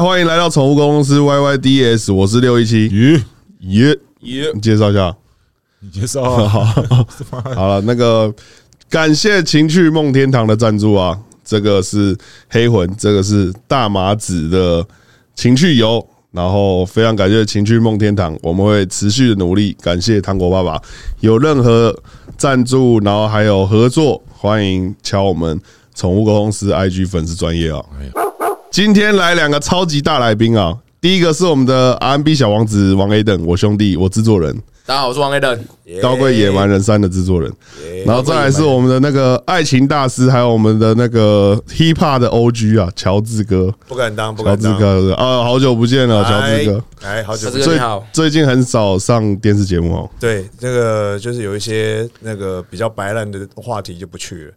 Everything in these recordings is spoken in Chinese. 欢迎来到宠物公司 YYDS，我是六一七。咦耶耶，你介绍一下。你介绍 啊？什么啊好了，那个感谢情趣梦天堂的赞助啊，这个是黑魂，这个是大麻子的情趣油，然后非常感谢情趣梦天堂，我们会持续的努力，感谢糖果爸爸，有任何赞助，然后还有合作，欢迎敲我们宠物公司 IG 粉丝专业啊。今天来两个超级大来宾啊！第一个是我们的 RMB 小王子王 A 等，我兄弟，我制作人，大家好，我是王 A 登。 《刀贵野蛮人三》的制作人，然后再来是我们的那个爱情大师，还有我们的那个 hip hop 的 OG 啊，乔治哥，不敢当，不乔敢治当。哥啊，好久不见了，乔治哥，哎，哎，好久乔不治见哥。最你好最近很少上电视节目哦，对，那个就是有一些那个比较白烂的话题就不去了，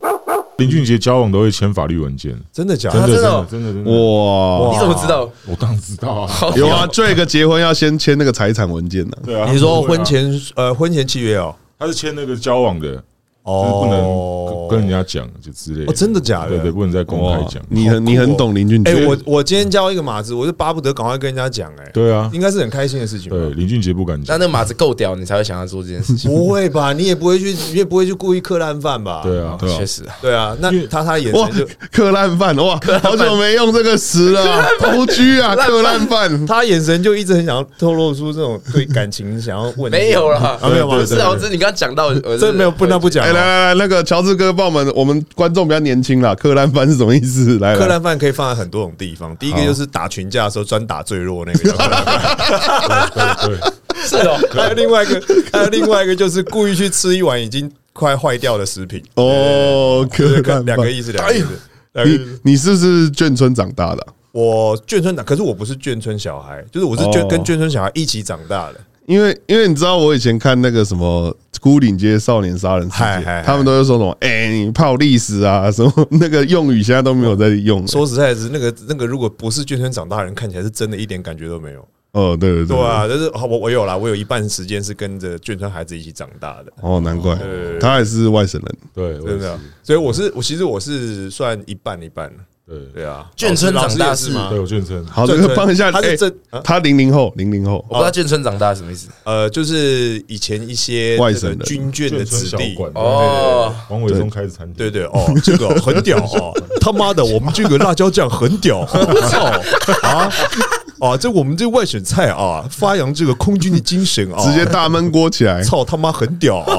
林俊杰交往都会签法律文件，啊真的假真的？的真真的哦的真的真的，我嗯哇，你怎么知道？我当然知道啊，好有啊，Drake 结婚要先签那个财产文件呢， 对啊，你他说们会啊婚前呃婚前契约哦？他是签那个交往的，就是不哦能跟跟人家讲就之类哦，真的假对对，的？不能再公哇开讲，，你很你很懂林俊哎，杰，我我今天交一个马子，我就巴不得赶快跟人家讲，哎，对啊，应该是很开心的事情吧。对，林俊杰不敢那讲，那个马子够屌，你才会想要做这件事情。不会吧？你也不会去，你也不会去故意磕烂饭吧？对啊，对啊 确，实啊，对啊，那他他的眼哇神就，克烂饭，哇，好久没用这个词了啊，OG 啊，克烂饭，他眼神就一直很想要透露出这种对感情想要问的。没有啦，啊没有吗不是啊，我只是你刚刚讲到，我这没有不那不。讲哎，哦。来来来，那个乔治哥帮我们，我们观众比较年轻啦，克烂饭是什么意思？来，来客烂饭可以放在很多种地方，第一个就是打群架的时候专打最弱那个叫客烂饭，对对，是哦，还有另外一个，还有另外一个就是故意去吃一碗已经快坏掉的食品，哦，就是柯各南两个意思，两个意思。两个意思你你是不是眷村长大的啊、我眷村长，可是我不是眷村小孩，就是我是眷哦跟眷村小孩一起长大的。因为因为你知道，我以前看那个什么《孤岭街少年杀人事件嗨》嗨，他们都是说什么“哎、你泡历史啊”什么那个用语，现在都没有在用了。说实在的是，那个那个如果不是眷村长大的人，看起来是真的一点感觉都没有。哦，对对对，对啊，就是哦我我有啦，我有一半时间是跟着眷村孩子一起长大的。哦，难怪他也是外省人。对，我 真也的啊是，，所以我是我其实我是算一半一半，对对啊，眷村老师长大老师也是吗对，？我眷村，好，这眷个村帮一下，他是哎真啊他零零后，零零后，我不知道眷村长大是什么意思。呃，就是以前一些外省人这个军眷的眷村子小弟，馆，哦，王伟忠开始餐厅，对对哦，这个很屌哦，他妈的，我们这个辣椒酱很屌，我操啊！啊，这我们这外省菜啊，发扬这个空军的精神啊！直接大闷锅起来。操他妈很屌啊！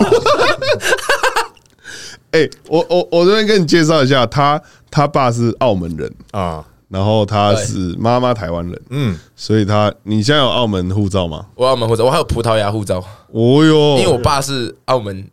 哎、我我我这边跟你介绍一下，他他爸是澳门人，啊，然后他对是妈妈台湾人，嗯，所以他你现在有澳门护照吗？ 我有澳门护照，我还有葡萄牙护照，哦哟，因为我爸是澳门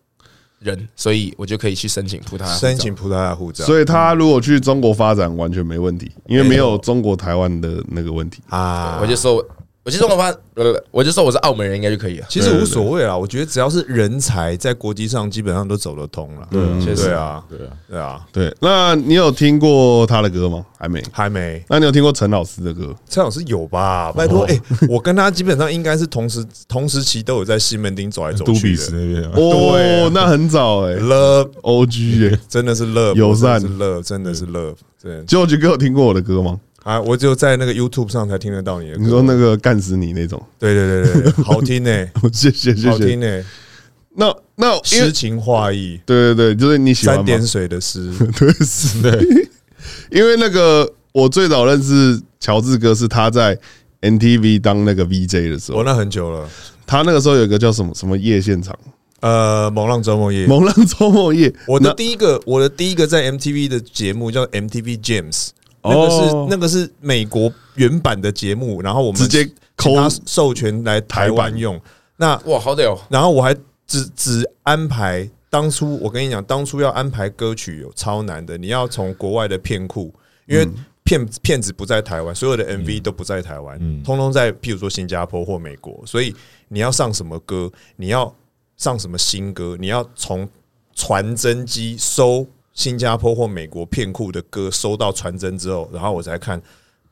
人，所以我就可以去申请葡萄牙护照申请葡萄牙护照哎所以他如果去中国发展完全没问题，因为没有中国台湾的那个问题。啊，我就说我，我其实我发，呃，我就说我是澳门人，应该就可以了。其实无所谓啦，我觉得只要是人才，在国际上基本上都走得通了。对啊确实对啊，对啊，对啊，对，那你有听过他的歌吗？还没。还没那你有听过陈老师的歌？蔡老师有吧？哦拜托，哎，我跟他基本上应该是同时 同时期都有在西门町走来走都去比斯的。那边啊，哦，那很早哎 Love ，OG 哎真的是 love，友善真的是 love，真的是 love，真的，George 哥有听过我的歌吗？啊！我只有在那个 YouTube 上才听得到你的歌。你说那个干死你那种， 对对对对对，好听呢、欸谢 谢谢好听谢。呢、那那因为诗情画意，对对对，就是你喜欢三吗？点水的诗。 对是的，因为那个我最早认识乔治哥是他在 NTV 当那个 VJ 的时我候，那很久了，他那个时候有一个叫什么什么夜现场。呃，《猛浪周末夜》。蒙浪周末夜，我那的第一个，我的第一个在 MTV 的节目叫 MTV James，哦那个是、那个是美国原版的节目，然后我们直接抠请他授权来台湾用。那哇，好屌！然后我还只只安排当初我跟你讲，当初要安排歌曲有超难的，你要从国外的片库，因为嗯骗骗子不在台湾，所有的 MV 都不在台湾，嗯通通在譬如说新加坡或美国，所以你要上什么歌，你要上什么新歌，你要从传真机搜新加坡或美国片库的歌，搜到传真之后，然后我才看。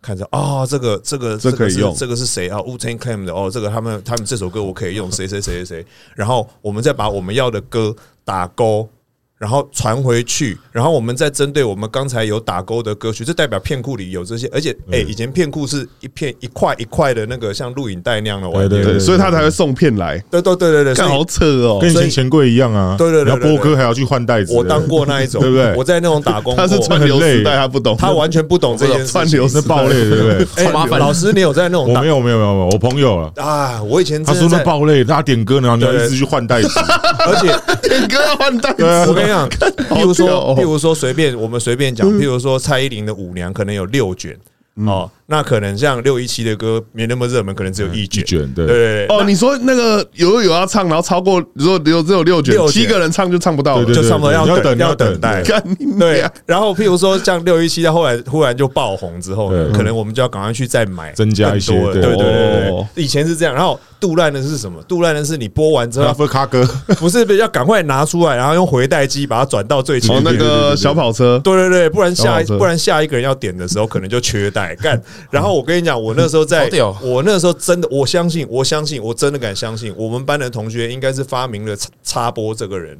看着啊、这个这个这可以是用这个是谁啊？Wu Tang Clan 的哦，这个他们他们这首歌我可以用，谁谁谁谁谁。然后我们再把我们要的歌打勾，然后传回去，然后我们再针对我们刚才有打勾的歌曲，这代表片库里有这些，而且哎、以前片库是一片一块一块的那个像录影带那样的玩意，对对，对所以他才会送片来，对对对对对，干所以好扯哦跟。以所以前钱柜一样啊。对对对对你要播歌还要去换袋子。我当过那一种，对不对我在那种打工他过，是串流时代，他不懂，他完全不懂这件事串情。流那时代爆泪，对不对？哎超麻烦老师，你有在那 种我打没有没有没有，没有我朋友啊，啊？我以前他真说的那在，爆泪，他点歌然后你要对一直去换袋子，而且 点歌要换袋子对啊我跟你讲，譬如屌哦说，譬如说，随便我们随便讲，嗯譬如说蔡依林的《舞娘》可能有六卷嗯哦，那可能像六一七的歌没那么热门，可能只有一一卷。卷对对。对对，哦，你说那个有有要唱，然后超过如果只有只有六卷，六卷七个人唱就唱不到了，对对就差不多对要要等要要等等待。干你娘对， 然后譬如说像六一七，它后来忽然就爆红之后呢，对可能我们就要赶快去再买增加一些更多的对对对对对哦对，以前是这样。然后杜烂的是什么？杜烂的是你播完 之拉后，夫卡哥，不是不是要赶快拿出来，然后用回带机把它转到最前哦，面。那个小跑车，对对对，不然下一小跑车不然下一个人要点的时候，可能就缺带干。然后我跟你讲，我那时候在好屌，我那时候真的，我相信，我相信，我真的敢相信，我们班的同学应该是发明了插插播这个人。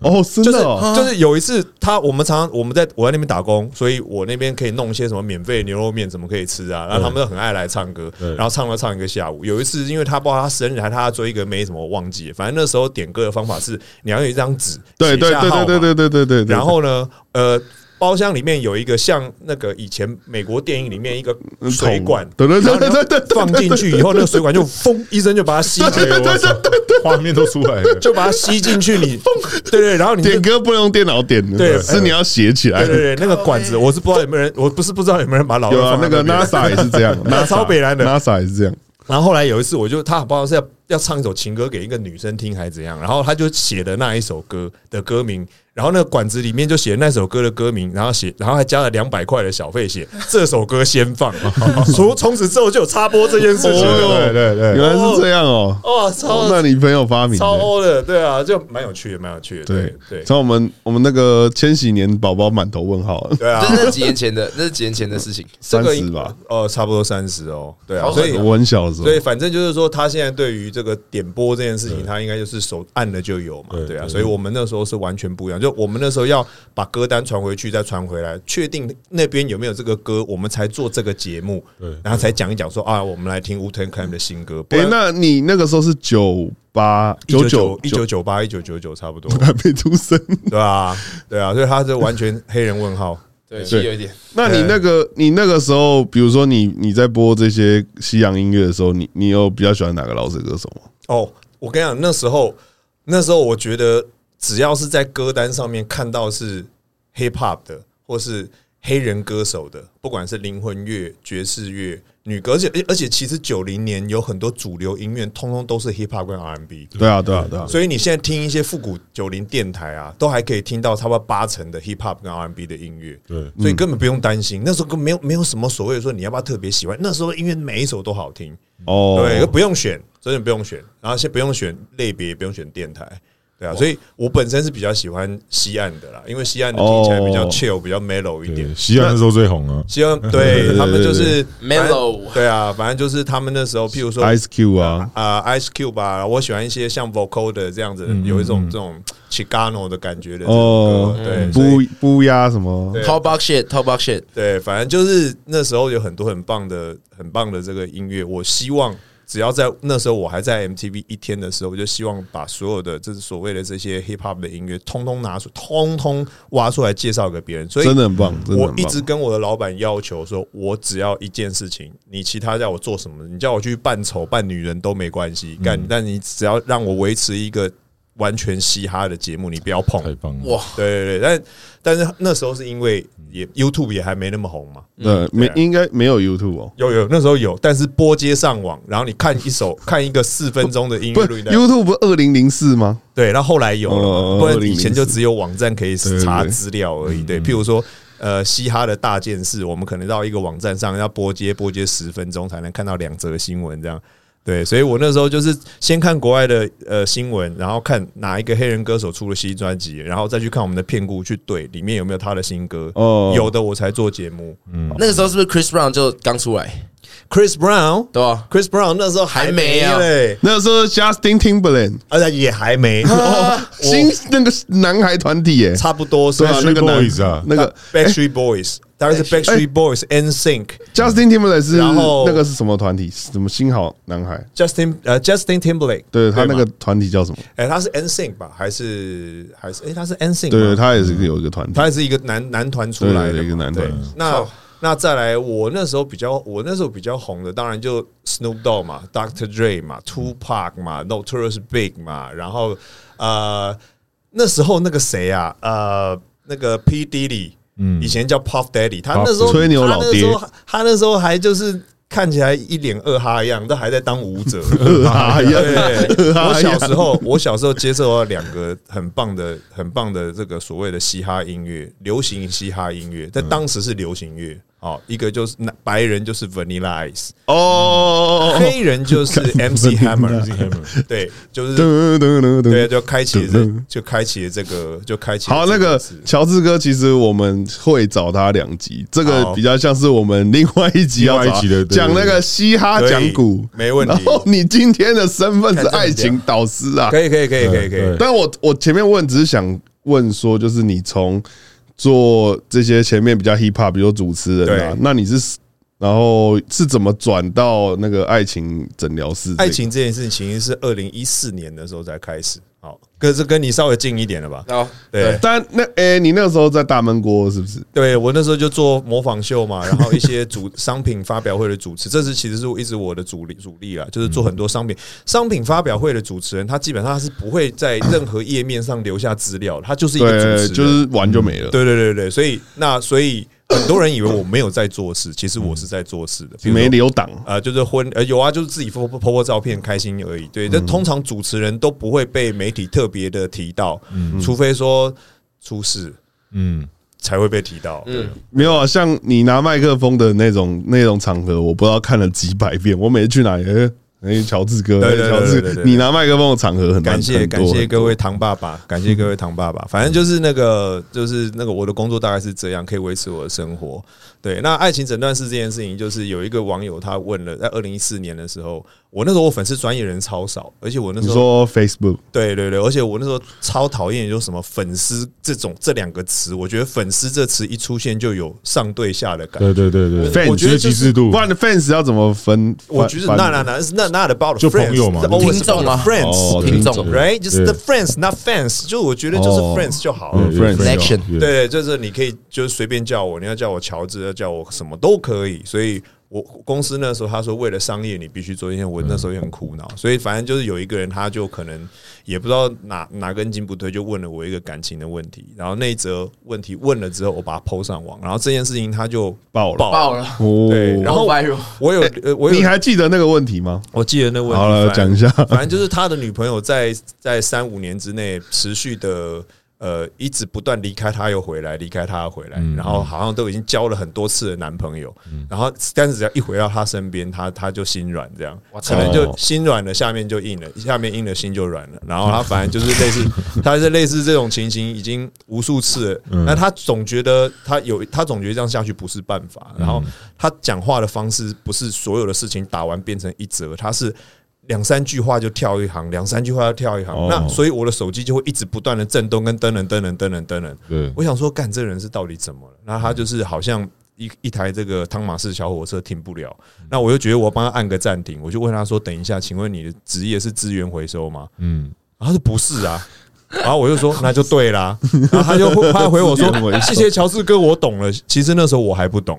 哦，真就是的哦，就是有一次他我们常常我们在我在那边打工，所以我那边可以弄一些什么免费牛肉面怎么可以吃啊，然后他们都很爱来唱歌，对然后唱了唱一个下午。有一次因为他不知道他生日还是他要追一个妹什么，我忘记了，反正那时候点歌的方法是你要有一张纸，对对写下对号码对对对对对对，对然后呢，呃。包厢里面有一个像那个以前美国电影里面一个嗯水管，对对对然后你对对对对放进去以后，那个水管就嗡一声就把 它吸，对对对对，哎画面都出来 了。就把它吸进去。你对对，然后你就点歌不能用电脑点的，对哎是你要写起来对。对对，那个管子，我是不知道有没有人，我不是不知道有没有人把老二有啊，放在那个边 NASA 也是这样，NASA 超北蓝的 NASA 也是这样。然后后来有一次，我就他好不好是要要唱一首情歌给一个女生听还是怎样，然后他就写的那一首歌的歌名，然后那个管子里面就写那首歌的歌名，然后写，然后还加了两百块的小费写，这首歌先放，从从此之后就有插播这件事情哦对了。对对原对，来是这样哦，哇，超哦那你朋友发明的超欧的，对啊，就蛮有趣的，蛮有趣的，对对对像我们我们那个千禧年宝宝满头问号，对啊这，是几年前的，那是几年前的事情。这个应30吧，哦，差不多三十哦，对啊，好所以我很小的时候所，以反正就是说，他现在对于这个点播这件事情，他应该就是手按了就有嘛，对对啊。对所以我们那时候是完全不一样，就我们那时候要把歌单传回去，再传回来，确定那边有没有这个歌，我们才做这个节目对，然后才讲一讲说啊，我们来听 Wu Tang Clan 的新歌。不诶，然哎那你那个时候是九八九九一九九八一九九九差不 多，还没出生，对啊，对啊，所以他是完全黑人问号。对，其实有一点。那你那个你那个时候，比如说你你在播这些西洋音乐的时候，你你有比较喜欢哪个老式歌手吗？哦，我跟你讲，那时候那时候我觉得，只要是在歌单上面看到是 hip hop 的，或是黑人歌手的，不管是灵魂乐、爵士乐、女歌，而且而且其实九零年有很多主流音乐，通通都是 hip hop 跟 R&B。对啊，对啊，对啊。所以你现在听一些复古九零电台啊，都还可以听到差不多八成的 hip hop 跟 R&B 的音乐，对所以根本不用担心。那时候根本没有没有什么所谓说你要不要特别喜欢，那时候音乐每一首都好听，哦，对，不用选，真的不用选，然后先不用选类别，不用选电台，对啊，所以我本身是比较喜欢西岸的啦，因为西岸的听起来比较哦 chill，比较 mellow 一 对，点。西安那时候最红啊，西岸 对他们就是 Mellow 对啊，反正就是他们那时候，譬如说 Ice Cube 啊，啊、Ice Cube 吧，我喜欢一些像 vocal 的这样子，有一种这种 Chicano 的感觉的这种歌，嗯哦，对，所以不不压什么，对 Talk about shit, talk about shit。对，反正就是那时候有很多很棒的、很棒的这个音乐。我希望只要在那时候我还在 MTV 一天的时候，我就希望把所有的这是所谓的这些 hip hop 的音乐，通通拿出，通通挖出来介绍给别人。所以真的很棒，真的我很一棒直。跟我的老板要求说，我只要一件事情，你其他叫我做什么，你叫我去扮丑、扮女人都没关系，嗯干，但你只要让我维持一个完全嘻哈的节目，你不要碰。太棒了。哇，对对对，但但是那时候是因为也 YouTube 也还没那么红嘛，对，没应该没有 YouTube 哦，有有那时候有，但是拨接上网，然后你看 一首看一个四分钟的音不乐录音带， ，YouTube 不二零零四吗？对，然后后来有了哦嘛，不然以前2004就只有网站可以对对查资料而已。对，譬如说。呃，嘻哈的大件事，我们可能到一个网站上要拨接拨接十分钟才能看到两则新闻这样对，所以我那时候就是先看国外的呃新闻，然后看哪一个黑人歌手出了新专辑，然后再去看我们的片库去对里面有没有他的新歌。哦哦，有的我才做节目。那个时候是不是 Chris Brown 就刚出来， Chris Brown，对吧？ Chris Brown 那时候啊还没啊还没嘞，那时候 Justin Timberlake 而且也还没， 新那个男孩团体耶，差不多是呃对啊，那个男 Boys 啊那个哎 Backstreet Boys，当然是 Backstreet Boys、N Sync、 Justin Timberlake 是然后那个是什么团体？什么新好男孩？ Justin 呃 Justin Timberlake，对他那吗个团体叫什么？哎，他是 N Sync 吧？还是还是哎，他是 N Sync？对，他也是有一个团体他，也是一个男男团出来对的对一个嘛男团对那那再来，我那时候比较，我那时候比较红的，当然就 Snoop Dogg 嘛，Dr. Dre 嘛，Tupac 嘛，Notorious Big 嘛，然后呃，那时候那个谁啊，呃，那个 P Diddy，以前叫 Puff Daddy，他 Puff 那时候嗯吹牛老他那时爹候他那时候还就是。看起来一脸二哈样，都还在当 舞者。 哈样对，哈样我小时候，我小时候接受到两个很棒的、很棒的这个所谓的嘻哈音乐，流行嘻哈音乐，在嗯当时是流行乐。哦，一个就是那白人就是 Vanilla Ice，哦。黑人就是 MC Hammer，对，就是噔噔噔对，噔，就开启了这就开启了这个就开启了好，这那个词乔治哥，其实我们会找他两集，这个好比较像是我们另外一集要另外找一集的对讲那个嘻哈可以讲古。没问然题，后你今天的身份是看这爱很屌情导师啊，可以可以可以可以可对以，但我我前面问只是想问说，就是你从做这些前面比较 hip hop，比如说主持人啊对，那你是然后是怎么转到那个爱情诊疗室这个？爱情这件事情其实是二零一四年的时候才开始，好，可是跟你稍微近一点了吧？哦，对，但那诶、你那个时候在大闷锅是不是？对我那时候就做模仿秀嘛， 然后一些主商品发表会的主持，这是其实是我一直我的主力主力啦，就是做很多商品商品发表会的主持人，他基本上他是不会在任何页面上留下资料的，他就是一个主持对，人，嗯就是玩就没了。对对对对，所以那所以很多人以为我没有在做事，其实我是在做事的，比如说嗯没留档，呃，就是婚呃有啊，就是自己 po po 泼照片开心而已。对，嗯但通常主持人都不会被媒体特别的提到，嗯除非说出事嗯，才会被提到。嗯，没有啊。像你拿麦克风的那种那种场合，我不知道看了几百遍。我每次去哪里，诶诶，乔治哥，对诶对对乔对对治对，对你拿麦克风的场合很难感谢很多感谢各位很多唐爸爸，感谢各位唐爸爸。反正就是那个，就是那个，我的工作大概是这样，可以维持我的生活。对，那爱情诊断室这件事情，就是有一个网友他问了，在二零一四年的时候，我那时候我粉丝专业人超少，而且我那时你候说 Facebook，对对对，而且我那时候超讨厌，就是什么粉丝这种这两个词，我觉得粉丝这词一出现就有上对下的感觉。对对对对， Fans 我觉得就极是致度不，然 fans 要怎么分？我觉得翻那那那是那那 about 就朋友嘛 friends, always 听众啊 about friends，哦听众听众 right？就是 the 对 friends not fans，就我觉得就是哦 friends 就好了。对对 friends Selection 对对对，就是你可以就是随便叫我，你要叫我乔治，要叫我什么都可以。所以我公司那时候他说为了商业你必须做这些，我那时候也很苦嗯恼。所以反正就是有一个人他就可能也不知道哪哪根筋不对，就问了我一个感情的问题。然后那一则问题问了之后，我把它抛上网，然后这件事情他就爆了爆爆了，哦，对然后 viral，我有呃我有你还记得那个问题吗？我记得那问题好了反讲正一下 反正就是他的女朋友在在三五年之内持续的呃一直不断离开他又回来，离开他又回来，嗯然后好像都已经交了很多次的男朋友，然后但是只要一回到他身边，他他就心软，这样我操可哦能就心软了，下面就硬了，下面硬了心就软了，然后他反正就是类似他是类似这种情形已经无数次了，那他总觉得他有他总觉得这样下去不是办法，然后他讲话的方式不是所有的事情打完变成一折，他是。两三句话就跳一行，两三句话就跳一行，哦那所以我的手机就会一直不断的震动，跟噔噔噔噔噔噔噔噔。对我想说，干这人是到底怎么了？那他就是好像一一台这个汤马士小火车停不了，嗯那我就觉得我帮他按个暂停，我就问他说：“等一下，请问你的职业是资源回收吗？”嗯，然后他说不是啊，然后我就说那就对啦，然后他就回他回 我说自认为谢谢乔治哥，我懂了。其实那时候我还不懂，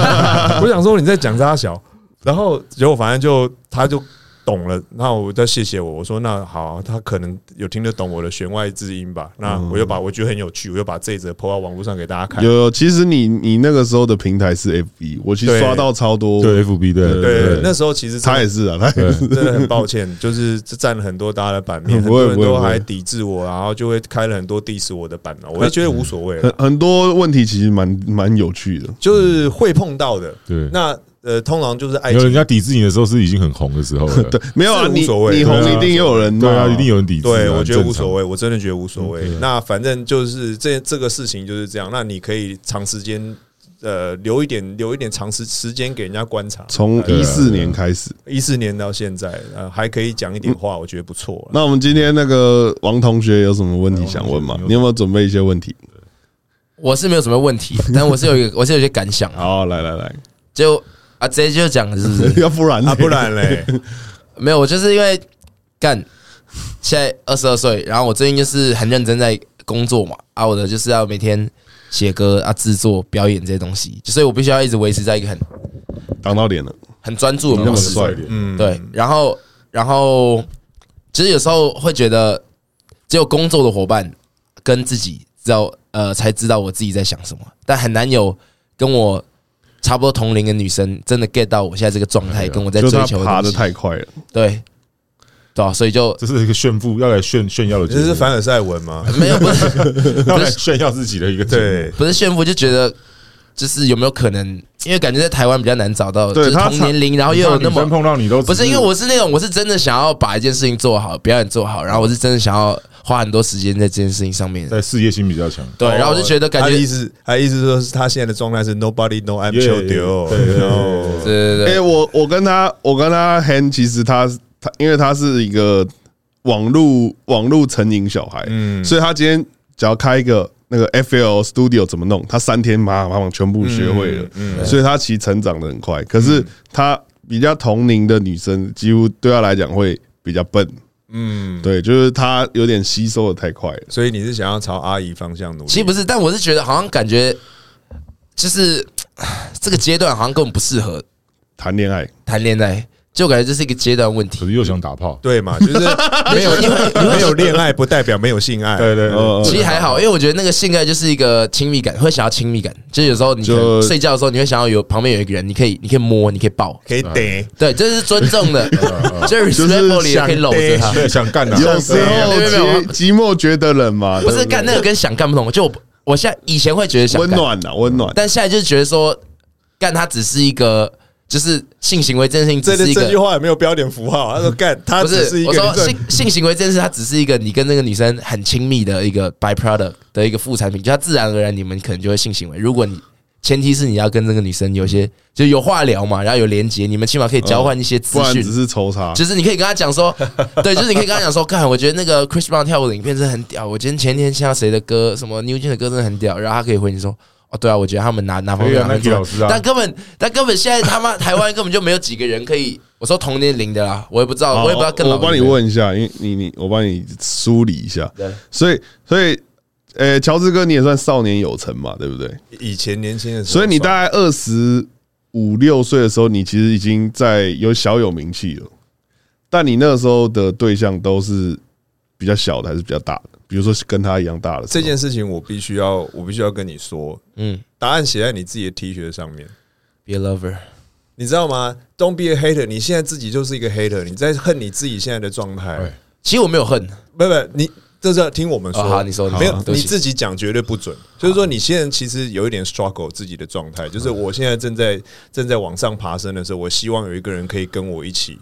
我想说你在讲他小，然后结果反正就他就。懂了，那我就谢谢我。我说那好，啊他可能有听得懂我的弦外之音吧。那我就把我觉得很有趣，我就把这一则抛到网络上给大家嗯看。有有，其实你你那个时候的平台是 FB，我其实对刷到超多，对 FB 对对，那时候其实真的他也是啊，他也是真的很抱歉，就是这占了很多大家的版面，很 不会多人不会都不会还抵制我，然后就会开了很多 diss 我的版嘛， 我就觉得无所谓很了，很多问题，其实蛮蛮有趣的。就是会碰到的。对那呃，通常就是爱有人情，家抵制你的时候是已经很红的时候了，对，没有啊，这无你所谓你对红啊一定也有人对啊，骂一定有人抵制啊，对我觉得无所谓。谓，我真的觉得无嗯所啊谓。那反正就是这这个事情就是这样，那你可以长时间。呃，留一点，留一点长时时间给人家观察。从对啊一四年开始，一四年到现在，呃，还可以讲一点话，我觉得不错啊啦。那我们今天那个王同学有什么问题想问吗哎王同？学你有没有准备一些问题？我是没有什么问题，但我是有一 个，我是有一些感想啊。好，来来来， 就啊，直接就讲了是不 是？要不然呢啊，不然嘞，没有，我就是因为干，现在二十二岁，然后我最近就是很认真在工作嘛，啊，我的就是要每天写歌啊、制作、表演这些东西，所以我必须要一直维持在一个很 挡到脸了，很专注的那模么式。帅脸，嗯，对，然后然后其实有时候会觉得，只有工作的伙伴跟自己知道，呃，才知道我自己在想什么，但很难有跟我差不多同龄的女生真的 get 到我现在这个状态，跟我在哎就是追他求的爬东的西。太快了，对，对啊，所以 就这是一个炫富要来炫炫耀的节这目，是凡尔赛 文吗？没有不是要来炫耀自己的一个节目对，不是炫富，就觉得就是有没有可能，因为感觉在台湾比较难找到，就对是他同年龄，然后又有那女生么碰到你都只不是因为我是那种，我是真的想要把一件事情做好，表演做好，然后我是真的想要花很多时间在这件事情上面。在事业心比较强，对，啊然后我就觉得感他的意觉，思，他的意思说是他现在的状态是 nobody know I'm Yeah, chill deal，对对对然后对对哎、对，我我跟他，我跟他 Han，其实他他，因为他是一个网络网络成瘾小孩，嗯，所以他今天只要开一个那个 FL Studio 怎么弄，他三天马马上全部学会了，嗯，所以他其实成长的很快。可是他比较同龄的女生，几乎对他来讲会比较笨，嗯，对，就是他有点吸收的太快了。所以你是想要朝阿姨方向努力？其实不是，但我是觉得好像感觉就是唉这个阶段好像根本不适合谈恋爱，谈恋爱，就感觉这是一个阶段问可题。是又想打炮，对嘛， 就是没有 没有恋爱不代表没有性爱，对对对，呃，其实还好，因为我觉得那个性爱就是一个亲密感，会想要亲密感，就是有时候你可能就睡觉的时候，你会想要有旁边有一个人，你可以你可以摸，你可以抱，可以顶，对，这是尊重 的， 就是就是 respectful 里也可以搂着他。对，想干的，啊有时候没有没有寂寂寞觉得冷嘛，不对是对干那个跟想干不同，就我我现在以前会觉得想温干，暖呐，温暖。但现在就是觉得说干它只是一个就是性行为这件事情这只是一这句个。话也没有标点符号，他说干，他不只是是一，我个说认性性行为这件事，它只是一个你跟那个女生很亲密的一个 byproduct 的一个副产品，就它自然而然你们可能就会性行为。如果你前提是你要跟这个女生有些就有话聊嘛，然后有连接，你们起码可以交换一些资哦不然讯只，是抽查。就是你可以跟他讲说，对，就是你可以跟他讲说，看，我觉得那个 Chris Brown 跳舞的影片真的很屌，我今天前天听到谁的歌，什么 New Jeans 的歌真的很屌，然后他可以回你说。哦，对啊，我觉得他们哪哪方面对啊哪方面 Nike 做得老师啊但根本，但根本现在他妈台湾根本就没有几个人可以，我说同年龄的啦，我也不知道，好我也不知道更老。我帮你，问一下，因为你你我帮你梳理一下对。所以所以，呃，乔治哥你也算少年有成嘛，对不对？以前年轻的时候，所以你大概二十五六岁的时候，你其实已经在有小有名气了，但你那个时候的对象都是比较小的还是比较大的？比如说是跟他一样大的时候这件事情我必须要，我必须要跟你说，嗯答案写在你自己的 T 恤上面。 ，Be a lover，你知道吗？Don't be a hater，你现在自己就是一个 hater，你在恨你自己现在的状态对。其实我没有恨，不不，你这是要听我们说。哦好你说没有你说对不你起自己讲绝对不准。就是说，你现在其实有一点 struggle 自己的状态，就是我现在正在正在往上爬升的时候，我希望有一个人可以跟我一起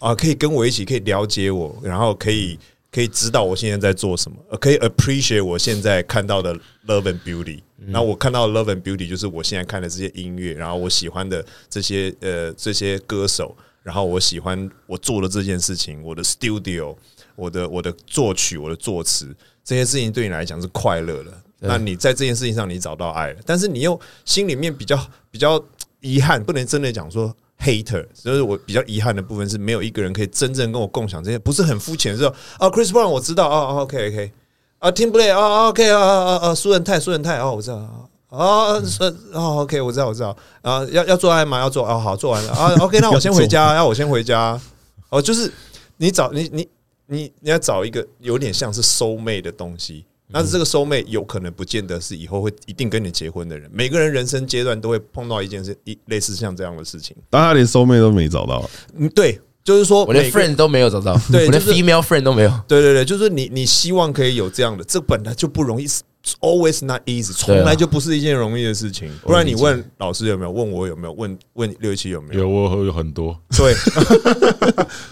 啊，可以跟我一起，可以了解我，然后可以可以知道我现在在做什么，呃可以 appreciate 我现在看到的 love and beauty。那嗯我看到的 love and beauty 就是我现在看的这些音乐，然后我喜欢的这些呃这些歌手，然后我喜欢我做的这件事情，我的 studio，我的我的作曲，我的作词，这些事情对你来讲是快乐的。那你在这件事情上你找到爱了，但是你又心里面比较比较遗憾，不能真的讲说 hater，就是我比较遗憾的部分是没有一个人可以真正跟我共享这些，不是很肤浅，是说啊，Chris Brown 我知道啊啊，OK OK，啊，Tim Blake 啊啊，OK 啊啊啊啊，苏仁泰苏仁泰哦，我知道啊。啊，是啊，OK，我知道，我知道啊，要要做爱吗？要做啊，好，做完了啊，OK，那我先回家，要我先回家。哦，就是你找你你你你要找一个有点像是收妹的东西，嗯但是这个收妹有可能不见得是以后会一定跟你结婚的人。每个人人生阶段都会碰到一件事，一类似像这样的事情。但他连收妹都没找到，嗯，对，就是说我连每个 friend 都没有找到，对我连就是 female friend 都没有。对对对，就是你你希望可以有这样的，这本来就不容易。 it's always not easy，从啊来就不是一件容易的事情。不然你问老师有没有，问我有没有，问问六七有没有？有我有很多， 对，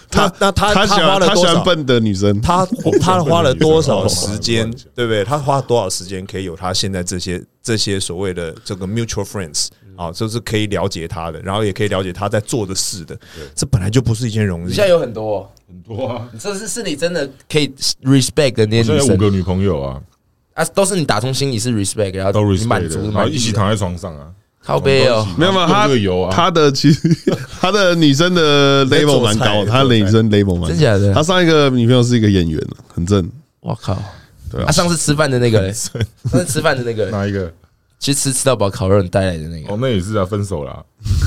他那他他他喜花欢了他喜多欢少？笨的女生，他他花了多少时间乱讲，对不对？他花了多少时间可以有他现在这些这些所谓的这个 mutual friends 嗯啊，就是可以了解他的，然后也可以了解他在做的事的。这本来就不是一件容易你现。在有很多、哦，很多啊，这是是你真的可以 respect 的那现些在女有五生个女朋友啊，啊，都是你打从心里是 respect，然后都你 respect，满足的，然满后意的一起躺在床上啊，靠背哦，没有没有，他这个有啊，他的其实 他的女生的在做 level 蛮菜高，在他的做女菜生 level 蛮真假的他上一个女朋友是一个演员，啊很正。我靠，对啊啊，上次吃饭的那个嘞，上次吃饭的那个 嘞，哪一个？其实吃吃到饱烤肉很带来的那个哦，，那也是啊，分手了，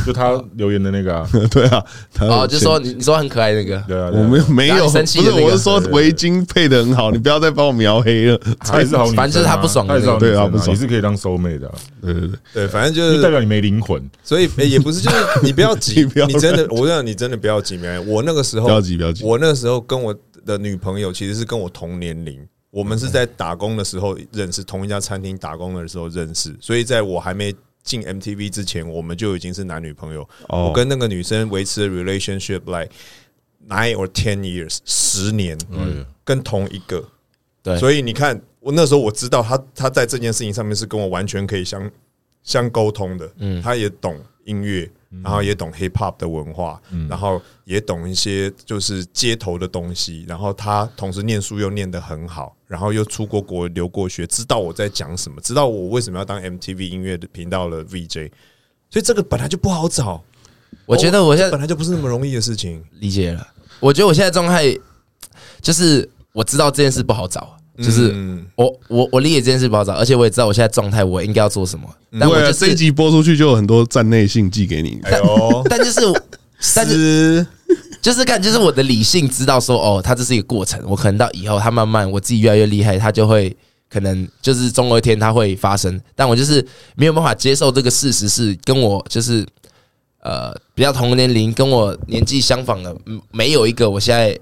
就他留言的那个啊， 对啊，他哦，有就钱说你你说很可爱那个，对啊，对我啊没有没然后有，你不生气的是，那个我是说对对对围巾配的很好，你不要再把我描黑了。他也是好女生啊，反正就是他不爽的他也是好那个女生对啊不啊，爽也是可以当收妹的啊，对对对，对，反正就就是代表你没灵魂，所以、哎诶也不是，就是你不要急 你不要，你真的，我让你真的不要急，没关系我那个时候不要急不要急我那个时候跟我的女朋友其实是跟我同年龄，我们是在打工的时候认识，同一家餐厅打工的时候认识，所以在我还没进 MTV 之前，我们就已经是男女朋友。哦我跟那个女生维持的 relationship like nine or ten years，十年，哎嗯跟同一个。对所以你看，我那时候我知道他他在这件事情上面是跟我完全可以相相沟通的，嗯，他也懂音乐，然后也懂 hip hop 的文化，然后也懂一些就是街头的东西，然后他同时念书又念得很好，然后又出过国留过学，知道我在讲什么，知道我为什么要当 MTV 音乐的频道的 VJ，所以这个本来就不好找，我觉得我现在本来就不是那么容易的事情，理解了。我觉得我现在状态就是我知道这件事不好找，就是嗯我我我理解这件事不好找，而且我也知道我现在状态我应该要做什么，但我对就啊，这一是集播出去就有很多站内信寄给你。哎呦，但就是但是是就是看就是我的理性知道说哦，它这是一个过程，我可能到以后它慢慢我自己越来越厉害，它就会。可能就是总有一天它会发生，但我就是没有办法接受这个事实是跟我就是呃比较同年龄跟我年纪相仿的，嗯没有一个我现在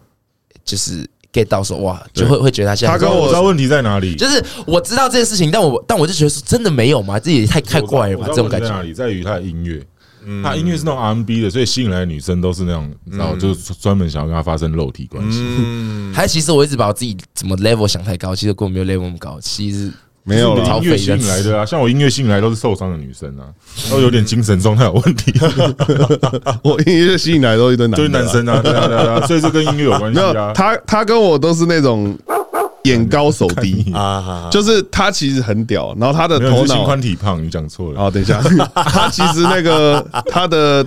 就是 get 到说哇，就会会觉得他现在他跟我知道我问题在哪里，就是我知道这件事情，但我但我就觉得说真的没有吗？这也太太怪了我吧，这知道种问题感在哪觉。里，在于他的音乐。嗯他音乐是那种 R&B 的，所以吸引来的女生都是那种，你知道，就是专门想要跟他发生肉体关系。嗯，还其实我一直把我自己怎么 level 想太高，其实我根本没有 level 那么高，其实没有就是了，你音乐吸引来的啊，像我音乐吸引来都是受伤的女生啊，都有点精神状态有问 题，我音乐吸引来都一堆男就是的啊男生啊，对啊对 啊，对啊所以这跟音乐有关系没有啊。他，他跟我都是那种眼高手 低， 啊哈哈。就是他其实很屌，然后他的没有头是心脑宽体胖，你讲错了。哦，等一下，他其实那个他的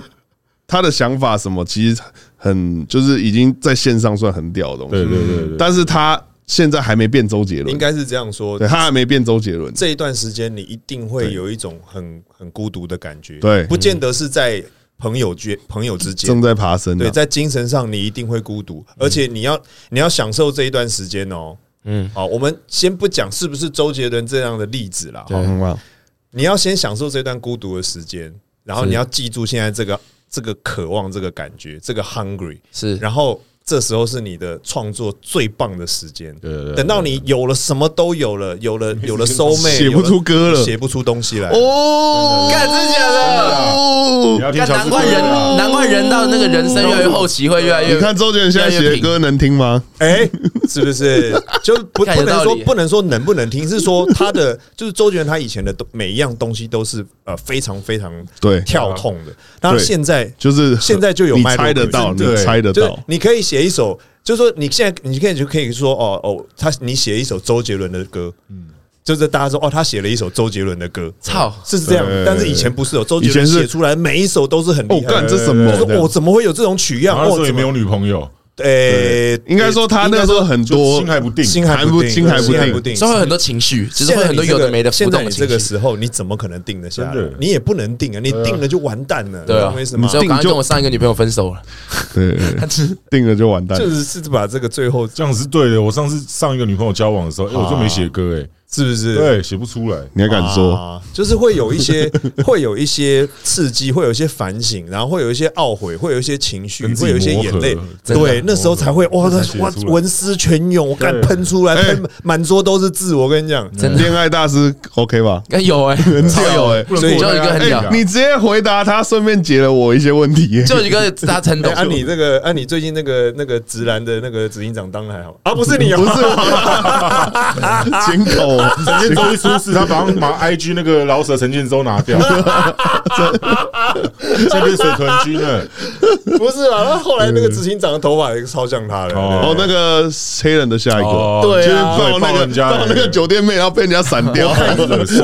他的想法什么，其实很就是已经在线上算很屌的东西，对对对对，但是他现在还没变周杰伦，应该是这样说对。他还没变周杰伦，这一段时间，你一定会有一种很很孤独的感觉，对不见得是在朋友间、朋友之间正，在爬升、啊，对，在精神上你一定会孤独，而且你要你要享受这一段时间哦。嗯，好，我们先不讲是不是周杰伦这样的例子啦，对嗯哇你要先享受这段孤独的时间，然后是你要记住现在这个这个渴望、这个感觉、这个 hungry，是然后这时候是你的创作最棒的时间。对对对等到你有了什么都有了，有了 有了收妹，写不出歌了写不出东西来。哦，干真假的？嗯你要听干乔难治怪克人雷哦啊，难怪人到那个人生越来越后期会越来越你看周杰伦现在写的歌能听吗？哎，是不是？就不看不有道理能说不能说能不能听，是说他的就是周杰伦他以前的都每一样东西都是呃非常非常对，跳痛的，但是现在就是现在就有你脉络猜得可到，循你对猜得就是到，你可以写一首，就是说你现在你可以就可以说哦哦，他你写一首周杰伦的歌，嗯，就是大家说哦，他写了一首周杰伦的歌，操是这样对，但是以前不是有哦周杰以前伦是写出来每一首都是很哦，厉害干的，这什么就？是这样我怎么会有这种取样？然啊后那时候也我怎没有么女朋友，诶，应该说他那时候很就多心还不定，心还不定，心还不定不定，所以会有很多情绪，就是现会有在很多你这有个的没的浮现在动你的这情个绪。时候，你怎么可能定得下来真的？你也不能定啊，你定了就完蛋了，对你啊懂我意思，你吗知？道定我刚刚就 跟我上一个女朋友分手了，对，他是定了就完蛋。就是是把这个最后这样是对的。我上次上一个女朋友交往的时候，哎，我就没写歌，哦哎，是不是？对，写不出来。你还敢说？啊就是会有一些，会有一些刺激，会有一些反省，然后会有一些懊悔，会有一些情绪，跟自会己有一些眼泪磨合。真的对，那时候才会磨合哇，那才写哇出来文思泉涌，我敢对喷出来，哎喷满桌都是字。我跟你讲，真的恋爱大师 OK 吧？哎有哎，超有哎，不能所以过就有一个大很家屌哎，你直接回答他，顺便解了我一些问题耶。就一个大陈哎董，按你那个，按你最近那个那个直男的那个执行长当的还好啊，不是你 哦，不是 我，井口，陈建州一出事，他把把 IG 那个老舍陈建州拿掉， 这边水豚君了。 不是啊，那后来那个执行长的头发也超像他的。哦哦，那个黑人的下一个，哦对就是啊到那抱个人家到那个酒店妹，然后被人家闪掉。我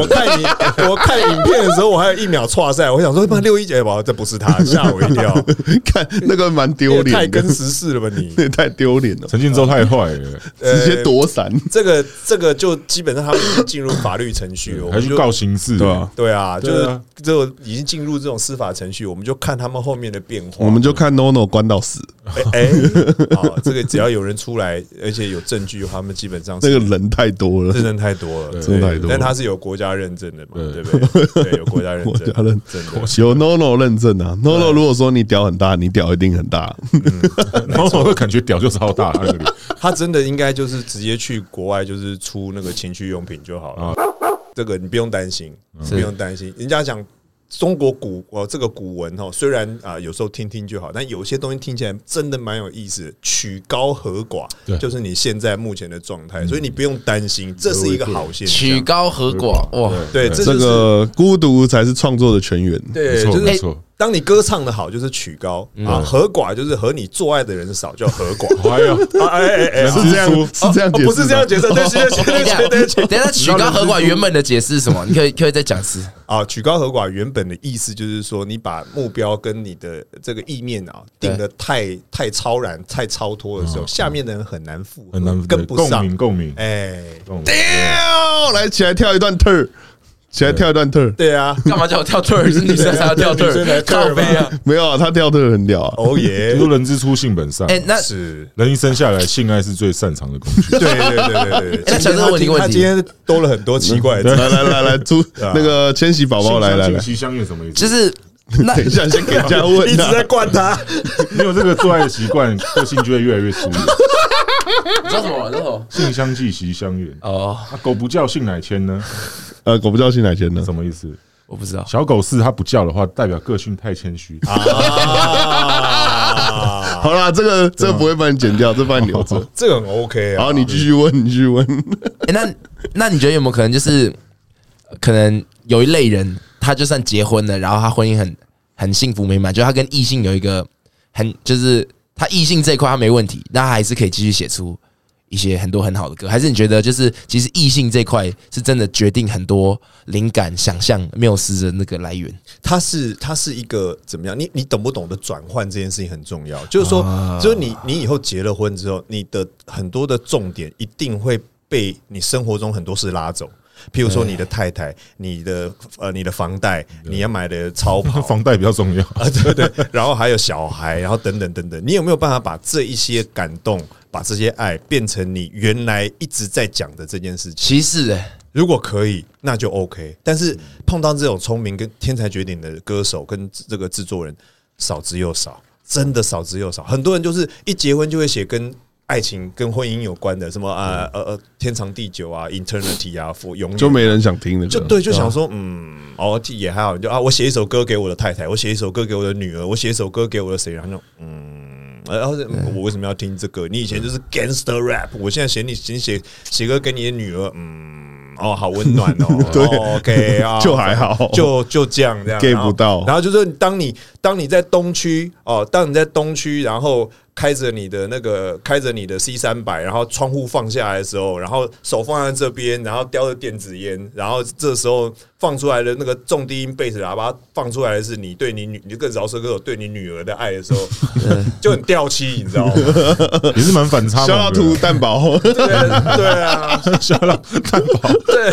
看你， 我看影片的时候，我还有一秒岔赛，我想说，妈六一姐吧，这不是他，吓我一跳， 看那个蛮丢太脸的跟，时事了吧你？那也太丢脸了，陈建州太坏了，呃直接躲闪。这个这个就基本上他们已经进入法律程嗯序了，我还们去就告刑事，对啊？对啊，就对是啊就已经进入这种司法程序，我们就看他们后面的变化。我们就看 NONO 关到死，哎， 好，这个只要有人出来，而且有证据的话，他们基本上那是个人太多了认。证太多了，真的太多了但他是有国家认证的嘛，对对不对？对，有国家认 国证，家认真的。有 NONO 认证啊，NONO 如果说你屌很大，你屌一定很大。然后我就感觉屌就超大，那个脸他真的应该就是直接去国外，就是出那个情趣用品就好了。这个你不用担心，不用担心。人家讲中国古呃这个古文哦，虽然啊、有时候听听就好，但有些东西听起来真的蛮有意思的。曲高和寡对，就是你现在目前的状态，所以你不用担心，这是一个好现曲象。高和寡哇，对，这这就是个孤独才是创作的泉源。没对，就错没是错。当你歌唱的好，就是曲高啊；和寡就是和你做爱的人少，叫和寡。哎呦，啊哎哎哎，是这样，是这样解释哦的，不是这样解释，对对对等一对下对对对。等一下，曲高和寡原本的解释是什么？你可以可以再讲一次。啊，曲高和寡原本的意思就是说，你把目标跟你的这个意念啊对哦定的太太超然、太超脱的时候，下面的人很难附和，很难跟不嗯共上鸣。共鸣。哎，共鸣跳，来起来跳一段 turn，起来跳一段 turn。对 啊，干嘛叫我跳退儿？是女生才要跳退女生才儿，跳靠退儿吧背啊！没有啊，他跳 turn 很屌啊。哦就 耶是，人之初，性本善。哎，那是。人一生下来，性爱是最擅长的工具。对对对对对，哎那今小天郑问你个他问题今天多了很多奇怪的来 字，来来来， 猪啊那个千禧宝宝来来来，息相悦什么意思？就是那 等一下先给人家 一问直在啊。灌他。 你有这个做爱的习惯，个性就会越来越疏离。叫什么？叫什么？性相近，习相远。哦，啊，狗不叫，性乃迁呢？呃，狗不叫新奶钱呢？什么意思？我不知道。小狗是它不叫的话，代表个性太谦虚。，啊好啦，这个这个不会帮你剪掉，这帮你留 着。这个很 OK 啊。好，你继续问，你继续问。哎，那那你觉得有没有可能就是，呃可能有一类人，他就算结婚了，然后他婚姻很很幸福美满，就他跟异性有一个很就是他异性这一块他没问题，那他还是可以继续写出一些很多很好的歌。还是你觉得就是其实异性这一块是真的决定很多灵感、想象、缪斯的那个来源？它是它是一个怎么样？你你懂不懂得转换这件事情很重要。就是说，就是你你以后结了婚之后，你的很多的重点一定会被你生活中很多事拉走。譬如说，你的太太、你的呃、你的房贷、你要买的超 跑房贷比较重要。啊，对对，然后还有小孩，然后等等等等，你有没有办法把这一些感动、把这些爱变成你原来一直在讲的这件事情？歧视、欸，如果可以，那就 OK。但是碰到这种聪明跟天才绝顶的歌手跟这个制作人，少之又少，真的少之又少。很多人就是一结婚就会写跟爱情、跟婚姻有关的，什么啊呃呃天长地久啊，eternity 啊，for 永远啊就没人想听的，就对，就想说，嗯，哦，也还好，就啊，我写一首歌给我的太太，我写一首歌给我的女儿，我写一首歌给我的谁，然后就嗯，然后就嗯我为什么要听这个？你以前就是嗯 gangster rap，我现在写你写写写歌给你的女儿，嗯，哦，好温暖哦， 对哦，OK 啊，就还好，就就这样这样 get 然后不到然后就是当你当你在东区哦，当你在东区，然后开着你的那个开着你的 C 三百，然后窗户放下来的时候，然后手放在这边，然后叼着电子烟，然后这时候放出来的那个重低音贝斯喇叭放出来的是你对你女你这个饶舌歌手对你女儿的爱的 时候，就很掉漆，你知道吗？也是蛮反差消萌到图的。蛋堡，对对啊，小老蛋堡，对，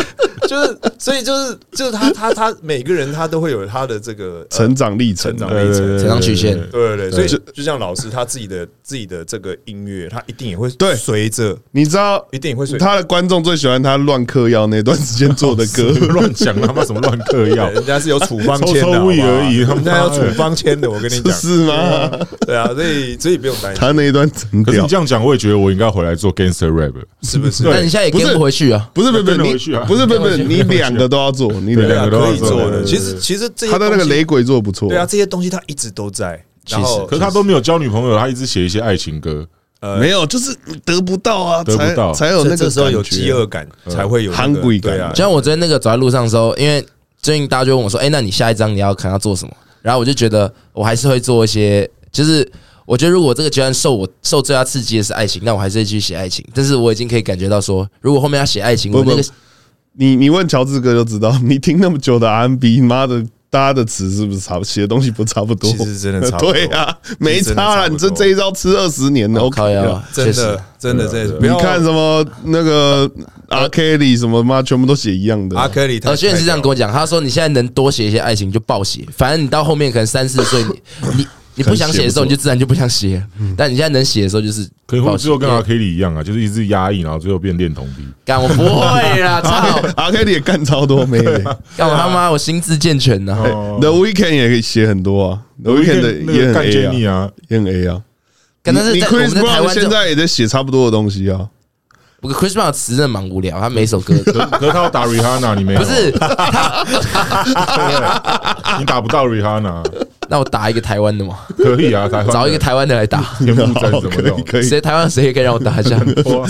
就是所以就是就是他他他每个人他都会有他的这个呃 成长历程成啊长，历程。成长曲线对对对，所以就就像老师他自己的 自己的这个音乐，他一定也会对随着你知道一定会随他的观众最喜欢他乱嗑药那段时间做的歌，乱讲他妈什么乱嗑药 对，人家是有处方签的，抽抽好不好屉而已他人妈的家有处方签的，我跟你 讲，是吗？对啊，所以所以不用担心，他那一段真可是屌你，这样讲，我也觉得我应该回来做 gangster rap，了是不是？但你现在也不是跟不回去啊。不是不是不是跟你回去啊不是不是不是你两个都要做，你两对个啊，两个都要可以做做对对的。对其实其实这些他的那个东西雷鬼做得不错，对啊，这些东西他一直都在。然后，可是他都没有交女朋友，他一直写一些爱情歌，没有就是得不到啊，呃得不才到才有所以那这个时候有感觉饥饿感，才会有那含个鬼感对啊就。像我昨天那个走在路上的时候，因为最近大家就问我说：“哎、那你下一张你要看要做什么？”然后我就觉得我还是会做一些，就是我觉得如果这个阶段受我受最大刺激的是爱情，那我还是会去写爱情。但是我已经可以感觉到说，如果后面要写爱情，不我不那个你你问乔治哥就知道，你听那么久的 R&B，妈的，大家的词是不是差不写的东西不差不多？其实真的差不多 对啊，没其实真的差啦，差不你这多哦这一招吃二十年了我，OK 靠了呀。，真确实的，真的，真的，不啊你要看什么那个 R Kelly 什么妈，全部都写一样的。阿克里，有些人哦是这样跟我讲，他说你现在能多写一些爱情就暴写，反正你到后面可能三四岁，你你你不想写的时候，你就自然就不想写。但你现在能写的时候，就是可能会暴最后写 跟阿 K 里一样啊，就是一直压抑，然后最后变恋童癖。干我不会啦，操！ R Kelly 也干超多妹的干我他妈我心智健全啊呢、哎，The 哦 Weeknd 也可以写很多啊，The Weeknd 的那也个很干 A 见你啊， 啊，也很 A 啊。干但是你在我们 Chris 在台 Brown 湾这现种，在也在写差不多的东西啊。不过 Chris Brown 的词真的蛮无聊，他每首歌可 可是他要打 Rihanna，你没有？不是。啊你打不到 Rihanna，啊那我打一个台湾的嘛，可以啊，台湾的找一个台湾的来打，田馥甄什么可的以，可以，谁台湾谁也可以让我打一 下，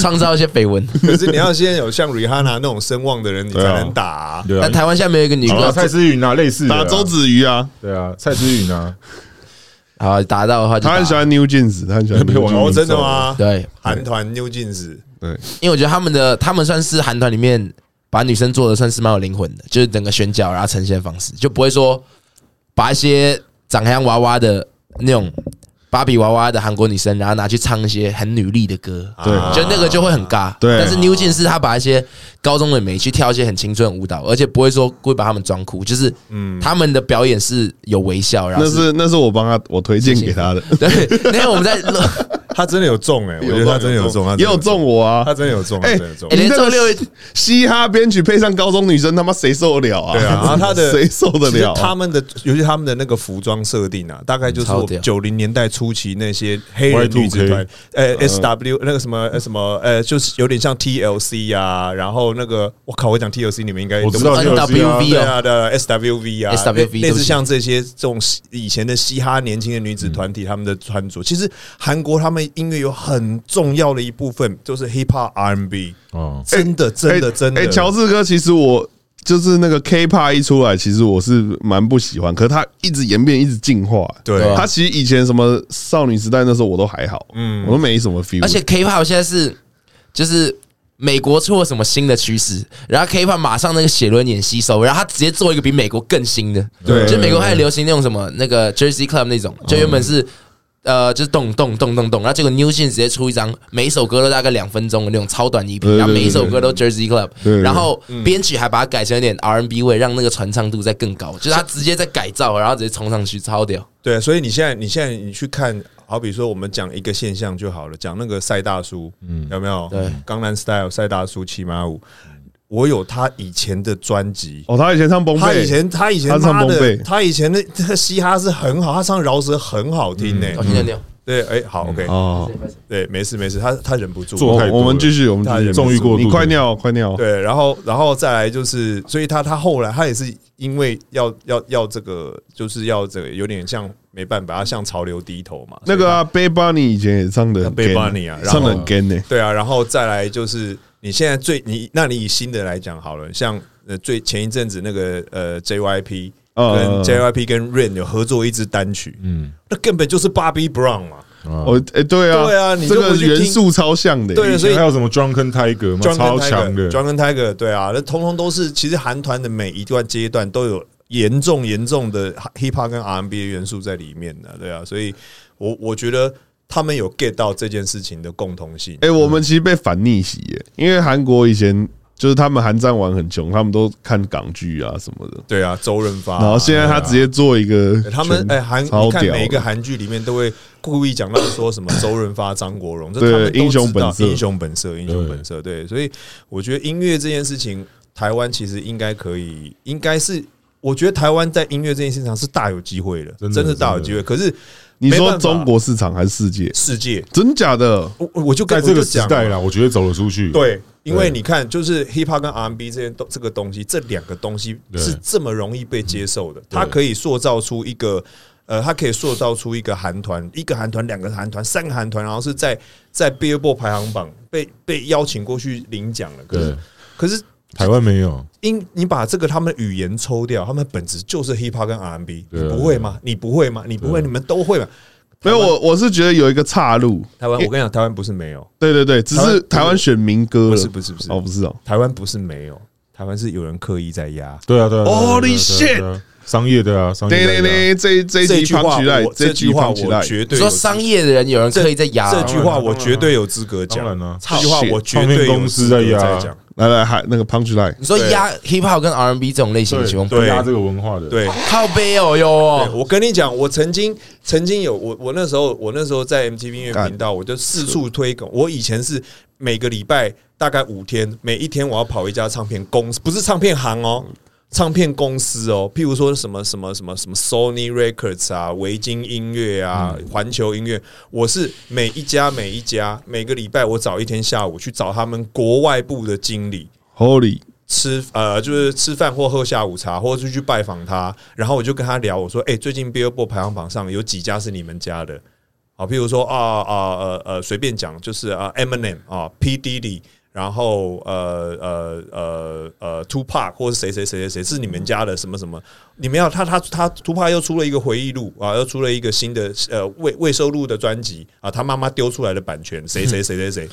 创造一些绯闻。可是你要先有像 Rihanna 那种声望的人，你才能打啊。对啊但，台湾现在没有一个女好啊歌手蔡思芸啊，类似的啊打周子瑜啊，对啊，蔡思芸啊，好打到的话就他打很喜欢 New Jeans，他很喜欢 New 没有网 Jeans。哦，真的吗？对，啊韩团 New Jeans，对，因为我觉得他们的他们算是韩团里面把女生做的算是蛮有灵魂的，就是整个选角然后啊呈现方式，就不会说把一些长得像娃娃的那种芭比娃娃的韩国女生，然后拿去唱一些很女力的歌，对啊就那个就会很尬。对但是 New Jeans 是他把一些高中的美去跳一些很青春的舞蹈，而且不会说故意把他们装哭，就是他们的表演是有微笑，然后那是那是我帮他我推荐给他的，对。那天我们在录，他真的有中哎，我觉得他真的有中，他真也的有中，我啊他。真的有中，他哎真的有中哎。连周六嘻哈编曲配上高中女生，他妈谁受得了啊？对啊，然后他的 谁受得了啊？其实他们的，尤其他们的那个服装设定啊，大概就是超我屌九零年代初期那些黑人 Y2K 女子团，呃，S W 那个什么呃什么呃，就是有点像 T L C 啊，然后那个我靠，我讲 T L C 你们应该我知道哎都 NWV 对啊对啊 S W V 啊 SWV 类对类不似起像这些这种以前的嘻哈年轻的女子团体他们的穿着，其实韩国他们音乐有很重要的一部分就是 hip hop R N B，哦，真的真的真的，哎，乔治哥，其实我就是那个 K-pop 一出来，其实我是蛮不喜欢，可是他一直演变，一直进化。对啊他其实以前什么少女时代那时候我都还好，嗯，我都没什么 feel。而且 K-pop 现在是就是美国出了什么新的趋势，然后 K-pop 马上那个写轮眼吸收，然后他直接做一个比美国更新的，对就美国开始流行那种什么那个 Jersey Club 那种，就原本是。呃，就是动动动动动，然后结果 New Jeans 直接出一张，每一首歌都大概两分钟的那种超短 EP，对对然后每一首歌都 Jersey Club，对嗯对然后编曲还把它改成有点 R&B 味，让那个传唱度再更高，就是他直接在改造，然后直接冲上去，超屌。对，所以你现在，你现在你去看，好比说我们讲一个现象就好了，讲那个赛大叔，嗯，有没有？对，江南 style 赛大叔骑马舞，我有他以前的专辑。哦，他以前唱崩他溃，以前，他以前他唱妈崩的，溃他以前的 这个嘻哈是很好，他唱饶舌很好听呢、我听着牛，对，哎、好，OK，哦，对，没事没事，他他忍不住。做我太多了我们继续，我们他继也续纵欲过度你快尿，快尿。对，然后然后再来就是，所以他他后来他也是因为要要要这个，就是要这个有点像没办法，他向潮流低头嘛。那个啊，Bad Bunny 以前也唱的那 Bad Bunny 啊然后唱的很 gay 呢。对啊，然后再来就是你现在最你，那你以新的来讲好了，像呃最前一阵子那个呃 JYP 嗯跟 JYP 跟 Rain 有合作一支单曲，嗯，那根本就是 Bobby Brown 嘛，啊哦，哎，对啊，对啊你就这个回去听元素超像的。对以所以前还有什么 Drunken Tiger 嘛，超强的 Tiger，John 跟 Tiger，对啊，那通通都是其实韩团的每一段阶段都有严重严重的 hip hop 跟 R&B 的元素在里面的，对啊，所以我我觉得他们有 get 到这件事情的共同性，哎、我们其实被反逆袭耶，因为韩国以前就是他们韩战完很穷，他们都看港剧啊什么的。对啊，周润发啊、然后现在他直接做一个欸他们全哎韩，超你看屌每一个的韩剧里面都会故意讲到 说什么周润发、张国荣，这对他们都英雄知道本色英雄本色，英雄本色。对，所以我觉得音乐这件事情，台湾其实应该可以，应该是我觉得台湾在音乐这件事情上是大有机会的，真的真的大有机会。可是你没说办法中国市场还是世界？世界，真假的？我我就在跟这我个就时讲代嘛啦，我觉得走了出去。对，因为对你看，就是 hip hop 跟 R&B 这些东这个东西，这两个东西对是这么容易被接受的，它可以塑造出一个。呃，它可以塑造出一个韩团，一个韩团，两个韩团，三个韩团，然后是在在 Billboard 排行榜被被邀请过去领奖了。可对是，可是台湾没有，因你把这个他们语言抽掉，他们本质就是 hip hop 跟 R&B，你对啊不会吗？你不会吗？你不对会，啊你们都会吗？没有，我我是觉得有一个岔路。台湾，我跟你讲，台湾不是没有，对对对，只台是湾台湾选民歌不了，是不是不是，哦，不是哦，台湾不是没有，台湾是有人刻意在压。对啊，对啊。对啊 Holy 对啊对啊对啊商业的啊，商对业对的啊。对，这这一这集句话胖起来我，这这句话胖起来我，绝你对说有商业的人有人刻意在压这句话当然我绝对有资格当讲然。了，这句话我绝对有资格再讲。来来还那个胖起来，你说压 hip hop 跟 R N B 这种类型的曲风，对压这个文化的，，对，靠背哦哟对哦，我跟你讲，我曾经曾经有我我那时候我那时候在 MTV 音乐干频道，我就四处推广。我以前是每个礼拜大概五天，每一天我要跑一家唱片公司，不是唱片行哦。唱片公司哦，譬如说什么什么什么什么 Sony Records 啊、维京音乐啊、环球音乐，我是每一家每一家每个礼拜我找一天下午去找他们国外部的经理， Holy，吃呃，就是吃饭或喝下午茶，或者是去拜访他，然后我就跟他聊，我说：“哎、最近 Billboard 排行榜上有几家是你们家的？啊，譬如说啊啊呃呃，随便讲，就是啊 Eminem 啊 P Diddy，然后呃呃呃呃 Two Pac 或是谁谁谁谁谁是你们家的什么什么？你们要他他他 Two Pac 又出了一个回忆录啊，又出了一个新的呃未未收录的专辑啊，他妈妈丢出来的版权，谁谁谁谁谁。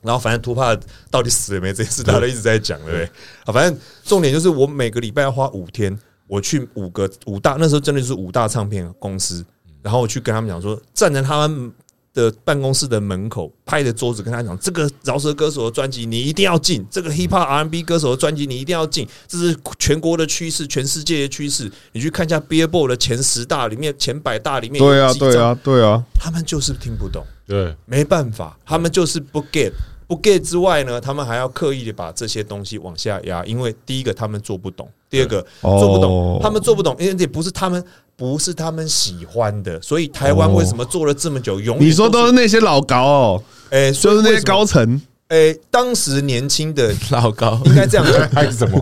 然后反正 t 帕到底死了没这件事，大家都一直在讲，对不对？嗯啊，反正重点就是我每个礼拜要花五天，我去五个五大，那时候真的就是五大唱片公司，嗯然后我去跟他们讲说，站在他们的办公室的门口，拍着桌子跟他讲，这个饶舌歌手的专辑你一定要进，这个 hip 嗯 hop R&B 歌手的专辑你一定要进，这是全国的趋势，全世界的趋势。你去看一下 Billboard 的前十大里面，前百大里面，对啊对啊，对啊，他们就是听不懂。对，没办法，他们就是不 get。不 get 之外呢，他们还要刻意的把这些东西往下压，因为第一个他们做不懂，第二个哦做不懂，他们做不懂，因为也不是他们不是他们喜欢的，所以台湾为什么做了这么久，永哦远你说都是是那些老高哦，哎，所就以是那为些什么高层，哎，当时年轻的老高，应该这样讲， 还是什么？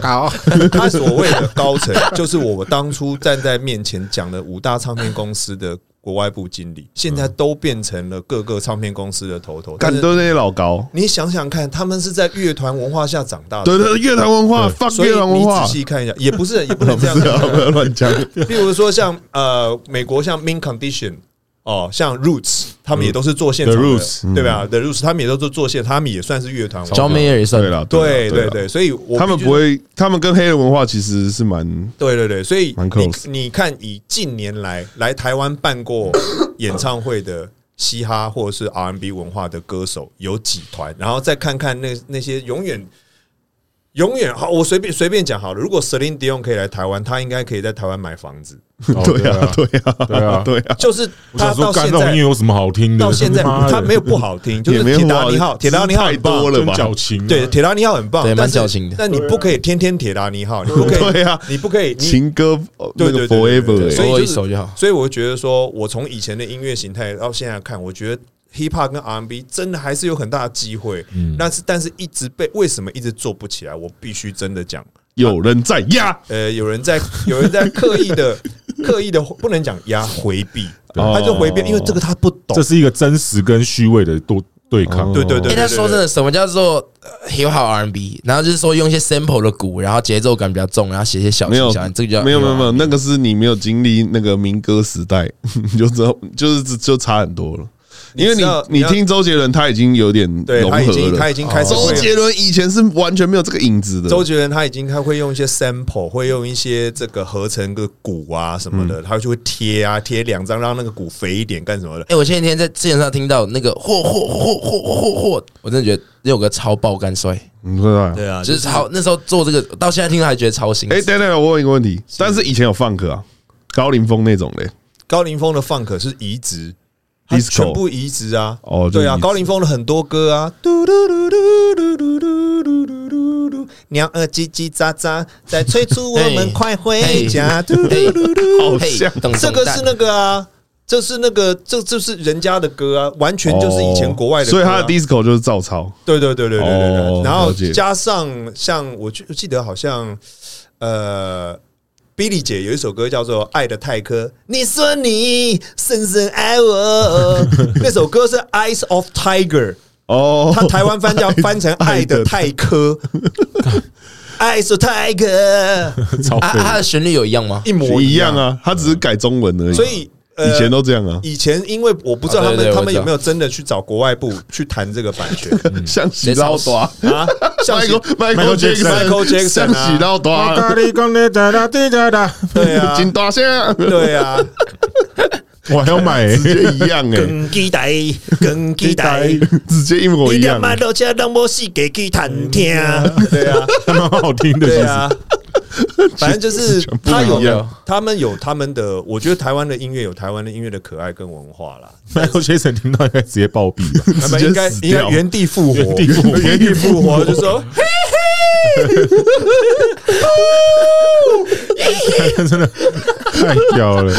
搞，他所谓的高层， 就是我当初站在面前讲的五大唱片公司的国外部经理，现嗯在都变成了各个唱片公司的头头，但干是都是那些老高，你想想看，他们是在乐团文化下长大的，啊对对，对乐坛文化，fuck 所以乐坛文你化仔，细看一下，也不是也不 能不这样是啊， 不讲。要乱讲，例如说像呃美国像 Mean Condition 哦，像 Roots，他们也都是做现场的嗯 The Roots，对吧？The Roots 他们也都是做现，他们也算是乐团文化。 John Mayer 也算对了，对啦对啦对，所以我他们必须不会，他们跟黑人文化其实是蛮对对对，所以蛮你 close 你看，以近年来来台湾办过演唱会的嘻哈或者是 R&B 文化的歌手有几团，然后再看看那那些永远永远好，我随便随便讲好了。如果 Celine Dion 可以来台湾，他应该可以在台湾买房子，哦对啊， 对啊，对啊对 啊，就是我他想到说，干现那种音乐在。有什么好听的？到现在妈的他没有不好听，就也是没有铁不达好尼号，只铁是达尼号太很棒多，了真吧？矫情啊。对，铁达尼号很棒，对但蛮是矫情的但你不可以天天铁达尼号，你不可以，对啊你不可以，你情歌哦那对个对对对 Forever，对欸所以所就以是一首就好。所以我觉得说，我从以前的音乐形态到现在看，我觉得 hip hop 跟 R&B 真的还是有很大的机会。嗯，但是但是一直被为什么一直做不起来？我必须真的讲，有人在压，呃，有人在 有人在刻意的刻意的不能讲压回避，哦他就回避，因为这个他不懂这。是一个真实跟虚伪的多对抗。对对对哎，对他对说真对的，什么叫做呃 hip hop R N B？然后就是说用一些 sample 的鼓，然后节奏感比较重，然后写一些小没有情小爱，这个叫没有没有没 hip hop 有， 那个是你没有经历那个民歌时代，你就知道，就是只就差很多了。因为你知道你你你要听周杰伦，他已经有点对融他已合经他了哦已。经开始周会杰伦以前是完全没有这个影子的，周杰伦他已经他会用一些 sample，会用一些这个合成的鼓啊什嗯么的，他就会贴啊贴两张，让那个鼓肥一点干什么的。哎、我前几天在之前上听到那个嚯嚯嚯嚯嚯嚯，我真的觉得那首歌超爆干帅，你知道吧？对啊，就是超那时候做这个，到现在听还觉得超新哎，鲜。等等，我问一个问题，但是以前有 funk 啊，高凌风那种嘞，高凌风的 funk 是移植。他 Disco 全部移植啊！哦就是对啊移，植高凌风的很多歌啊，嘟嘟嘟嘟嘟嘟嘟嘟嘟嘟嘟，娘儿叽叽喳喳，在催促我们嘿 快回嘿家，嘟嘟嘟嘟。好嘿像懂这个是那个个啊，这是那个，这这是人家的歌啊，完全就是以前国外的歌哦所啊、以他的 disco 就是照抄。对对对对对对对哦然后了解加上像我记记得好像呃。Billy 姐有一首歌叫做《爱的泰戈》，你说你深深爱我， 那首歌是《Eyes of Tiger》，哦，它台湾翻叫翻成《爱的泰 戈》，爱是泰戈，超啊，废啊它的。的旋律有一样吗？一模一样样。啊，他只是改中文而已。所以、呃、以前都这样啊，以前因为我不知道啊他对们、对对他我知们道有没有真的去找国外部去谈这个版权像洗到多啊，啊？像是 Michael Michael Michael Jackson Jackson Michael Jackson 像啊洗到多哦啊，对啊，金大仙啊，对啊，我还要买欸，直接一样哎，更期待，更 期待，直接一模你一他样妈欸。落车让我死给去谈听，对啊，还蛮好听的。 对其实啊。反正就是不一他样有他们有他们的，我觉得台湾的音乐有台湾的音乐的可爱跟文化啦， ，Michael Jackson 听到应该直接暴毙吧？他们应该直接死应掉该原地复活，原地复活原地 复活，就说真的太屌了，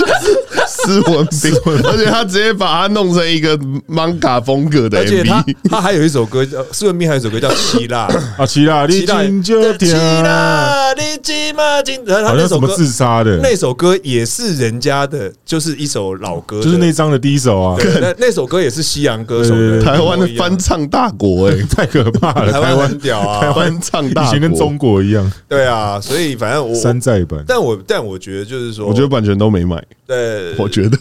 斯文斌，而且他直接把它弄成一个 manga 风格的而且他 MV，他还有一首歌，叫《苏文斌还有一首歌叫《希腊》。啊！齐啦，你期待进就期点，啊待你今嘛今，然后他好那像首什么歌，自杀的，那首歌也是人家的，就是一首老歌的，就是那张的第一首啊，对那那首歌也是西洋歌手对对对的台湾的翻唱大国哎，太可怕了！台台湾湾很屌台啊，湾唱以大前跟国中，国一样，对啊，所以反正山我，寨版。但我但我觉得就是说，我觉得版权都没买，呃我觉得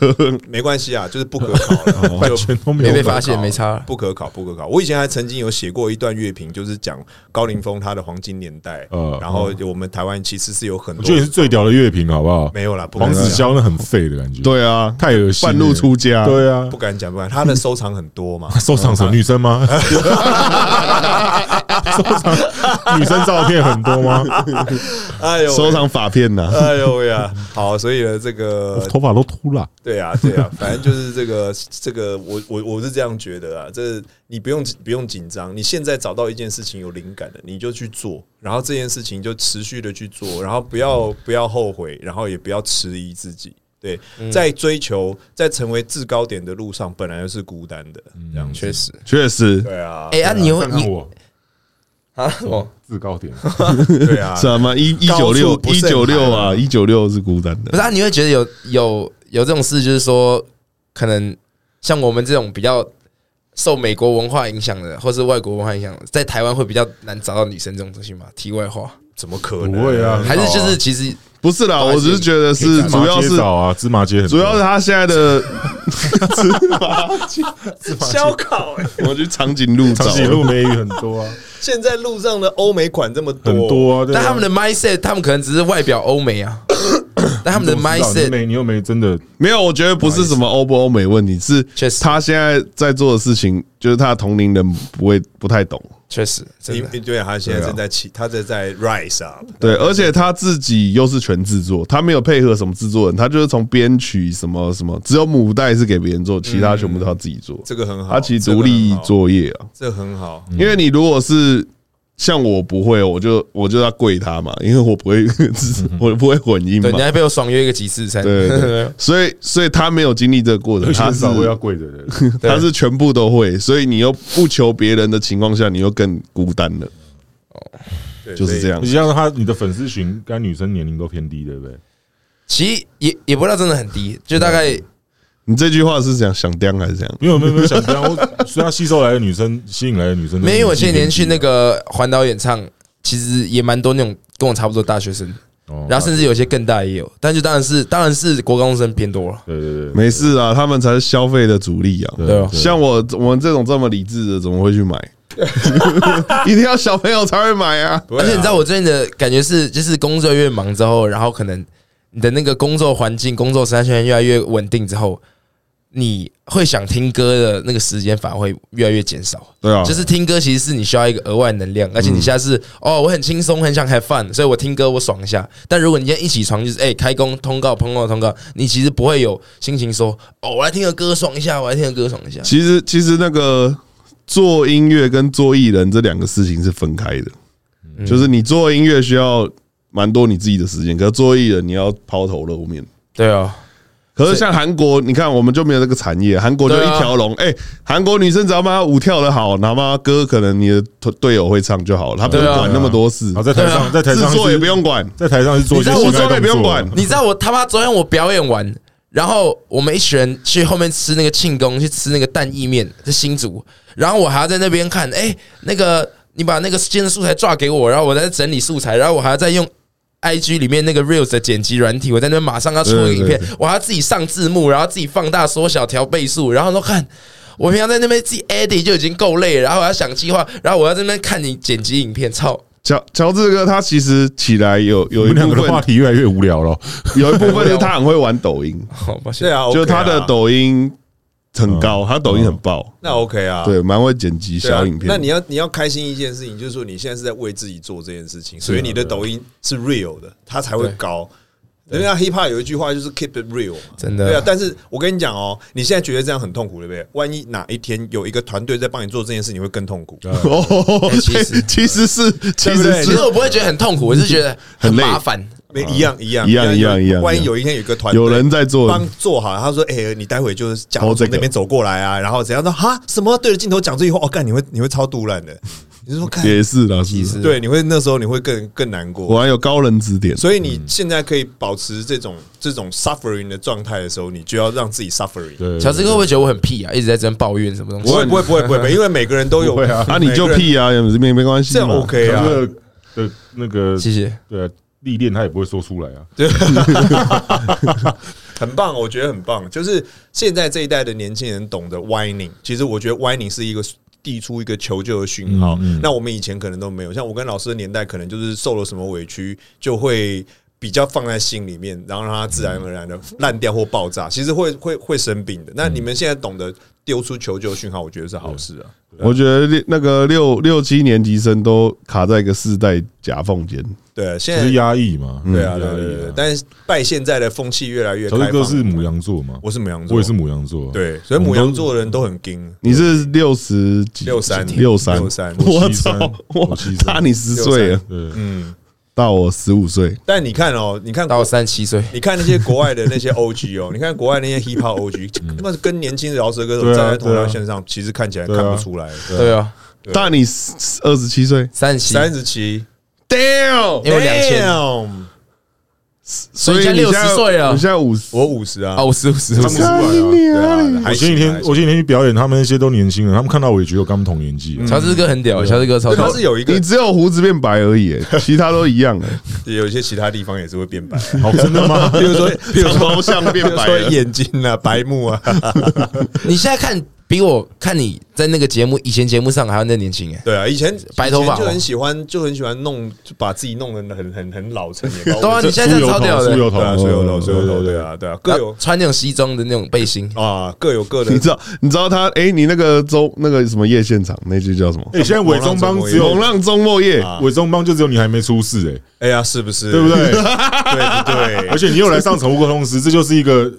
没关系啊，就是不可考 了，版就权都没没有被买发现，没差。不可考，不可考。我以前还曾经有写过一段乐评，就是讲高凌风他的黄金年代，呃然后我们台湾其实是有很我觉得多也是最屌的乐评，好不好？没有啦，不黄敢子讲，佼那很废的感 觉，，对啊，太恶心了，半路出家，对啊不，敢讲，不敢，他的收藏很多嘛，收藏什么女生 吗？收藏女生照片很多吗？哎呦喂，收藏法片呐，哎呦喂呀！好，所以呢，这个头发都秃了，对啊，对啊， 反正就是这个这个，我我我是这样觉得啊，这你不用不用紧张，你现在找到一件事情有灵感的，你就去做，然后这件事情就持续的去做，然后不要不要后悔，然后也不要迟疑自己。对，在追求在成为制高点的路上，本来就是孤单的，嗯这样确实，确实对啊，哎、啊，你有看你我啊，我自高点，对啊，什么一一九高六处不一九胜六寒啊，啊一九六是孤单不的是啊，你会觉得有有有这种事，就是说，可能像我们这种比较受美国文化影响的，或是外国文化影响的，在台湾会比较难找到女生这种东西嘛？题外话，怎么可能？不会啊还是就是其实不是啦，不好意我思只是觉得 是芝主麻要街是早啊，芝麻街很主多要是他现在的芝麻街，烧烤、 欸，我去长颈鹿找长，颈鹿美语很多 啊，现在路上的欧美款这么哦多，很多啊。对啊但他们的 mindset，他们可能只是外表欧美 啊，但他们的我不知道你 mindset 没你又没真的没有，我觉得不是什么欧不欧美问题，是确实他现在在做的事情，就是他的同龄人不会不太懂。确实真你的你对他现在对啊正在起，他正在 rise up。对，而且他自己又是全制作，他没有配合什么制作人，他就是从编曲什么什么，只有母带是给别人做，其他全部都他自己做。这个很好，他其实独立作业啊，这个很好，这个很因好。为你如果是像我不会，我就我就要跪他嘛，因为我不会，我不会混音嘛对，你。还被我爽约个几次才对对对，所以所以他没有经历这个过程，而且他很是少会要跪着的 人，对他是全部都会，所以你又不求别人的情况下，你又更孤单了，对就是这。样而。且像他你的粉丝群，该女生年龄都偏低，对不对？ 其实也也不知道真的很低，就大概你这句话是想想刁还是怎样？因为我们没有想这 样，我所以他吸收来的女生，吸引来的女生都是年纪偏低，没有。因为我前几年去那个个环岛演唱，其实也蛮多那种跟我差不多的大学生，哦然后甚至有些更大也有，但就当然是当然是国高中生偏多了。对对对没事啊，他们才是消费的主力啊。对啊像我我们这种这么理智的，怎么会去买？ 一定要小朋友才会买啊！不会而且你啊知道我最近的感觉是，就是工作越忙之后，然后可能你的那个工作环境、工作生态圈越来越稳定之后，你会想听歌的那个时间反而会越来越减少。对啊，就是听歌其实是你需要一个额外能量，而且你现在是、哦，我很轻松，很想 have fun，所以我听歌我爽一下。但如果你今天一起床就是哎、开工通告、通告、通告，你其实不会有心情说哦，我来听个歌爽一下，我来听个歌爽一下。其实其实那个做音乐跟做艺人这两个事情是分开的，嗯就是你做音乐需要蛮多你自己的时间，可是做艺人你要抛头露面。对啊，可是像韩国，你看我们就没有这个产业，韩国就对一啊条龙。哎，韩国女生只要妈舞跳得好，然后妈歌可能你的队友会唱就好了，他不用对啊管那么多事然后，在台上，在台啊制上作是也不，用管。在台上是做一些你知道我性爱说也不用动作啊管 你知道我他妈昨天我表演完，然后我们一群人去后面吃那个庆功，去吃那个蛋意面，是新竹，然后我还要在那边看，哎、那个你把那个今天的素材抓给我，然后我在整理素材，然后我还要再用。I G 里面那个 Reels 的剪辑软体，我在那边马上要出一个影对片对，我还要自己上字幕，然后自己放大、缩小、调倍速，然后都看。我平常在那边自己 edit 就已经够累了，然后我要想计划，然后我要在那边看你剪辑影片，操！乔乔治哥他其实起来有我有一们两部个的话分，题越来越无聊了。有一部分 是他很会玩抖音，好抱歉对啊，就是 OK 他啊的，抖音很高，嗯他抖音很爆，那 OK 啊，对，蛮会剪辑对啊小影片。那你要你要开心一件事情，就是说你现在是在为自己做这件事情，啊所以你的抖音是 real 的，它才会高。人家 hip hop 有一句话就是 keep it real，嘛真的对啊。但是我跟你讲哦，你现在觉得这样很痛苦，对不对？万一哪一天有一个团队在帮你做这件事，你会更痛苦。哦，其实 其实是其不哎对实其实是我不会觉得很痛苦，我是觉得很很累麻烦。没一样一样一样一样一样万一有一天有一个团队有人在做，帮做好，他说：“哎、你待会就是假哦如这从个那边走过来啊，然后怎样说哈什么对着镜头讲这句话，哦，干你会你会超杜 烂的，你是说看也是啦，是实对，你会那时候你会更更难过。果然有高人指点。所以你现在可以保持这种这种 suffering 的状态的时候，你就要让自己 suffering。对，乔治哥会不会觉得我很屁啊，一直在这边抱怨什么东不西会。不会不会不会，因为每个人都有不会啊啊，你就，屁啊，也没没关系嘛，这样 OK 啊乔治哥的那个谢谢。对啊历练，他也不会说出来啊。很棒，我觉得很棒。就是现在这一代的年轻人懂得 whining，其实我觉得 whining 是一个。递出一个求救的讯号，嗯嗯那我们以前可能都没有，像我跟老师的年代，可能就是受了什么委屈，就会比较放在心里面，然后让它自然而然的 烂掉或爆炸，其实会会会生病的。那你们现在懂得丢出求救讯号，我觉得是好事啊。嗯我觉得六那个六六七年级生都卡在一个世代夹缝间，对，啊现就在是压抑嘛，对啊，对压对对抑对嗯啊。但是拜现在的风气越来越乔治开哥放，是母羊座嘛，我是母羊座，我也是母羊座，，啊对，所以母羊座的人都很精。你是六十几63六三63我我七三操，我我七三大你十岁了，对，嗯，大我十五岁，但你看哦，你看到三十七岁，你看那些国外的那些 OG 哦，你看国外那些 hip hop OG，他妈跟年轻的饶舌歌手对啊站在同对条啊线上，其实看起来对看啊不出来。对啊，对大你二十七岁三十七，三十七， ，damn，因为我2000 Damn，所以你现你在现在60岁了你现在五十，我五十啊哦，，五十五十他五们十出，来啊。对啊，还我前几行天还行我前几天去表演，他们那些都年轻人，他们看到我也觉得我跟他们同年纪啊。嗯乔治哥很屌，乔治哥超对屌他。是有一个你，只有胡子变白而已，欸其他都一样，欸有一些其他地方也是会变白，啊好，真的 吗？比如说，比如说头像比变如白说了。眼睛啊，白目啊，你现在看比我看你在那个节目以前节目上还要那年轻哎，对啊，以前白头发以前就嘛很喜欢，就很喜欢弄，就把自己弄得很很很老成也高。对啊，你现在真的超屌的酥，油头对啊，，水有嗯头，水酥有油头，头，对啊，对啊，各有穿那种西装的那种背心，啊，各有各的你。知道，你知道他哎、你那个周那个什么夜现场那句叫什么？哎，现在伪中帮猛只有浪周末夜，啊伪中帮就只有你还没出事哎，哎呀，是不是？对不？对？对不对？而且你又来上宠物沟通师，这就是一个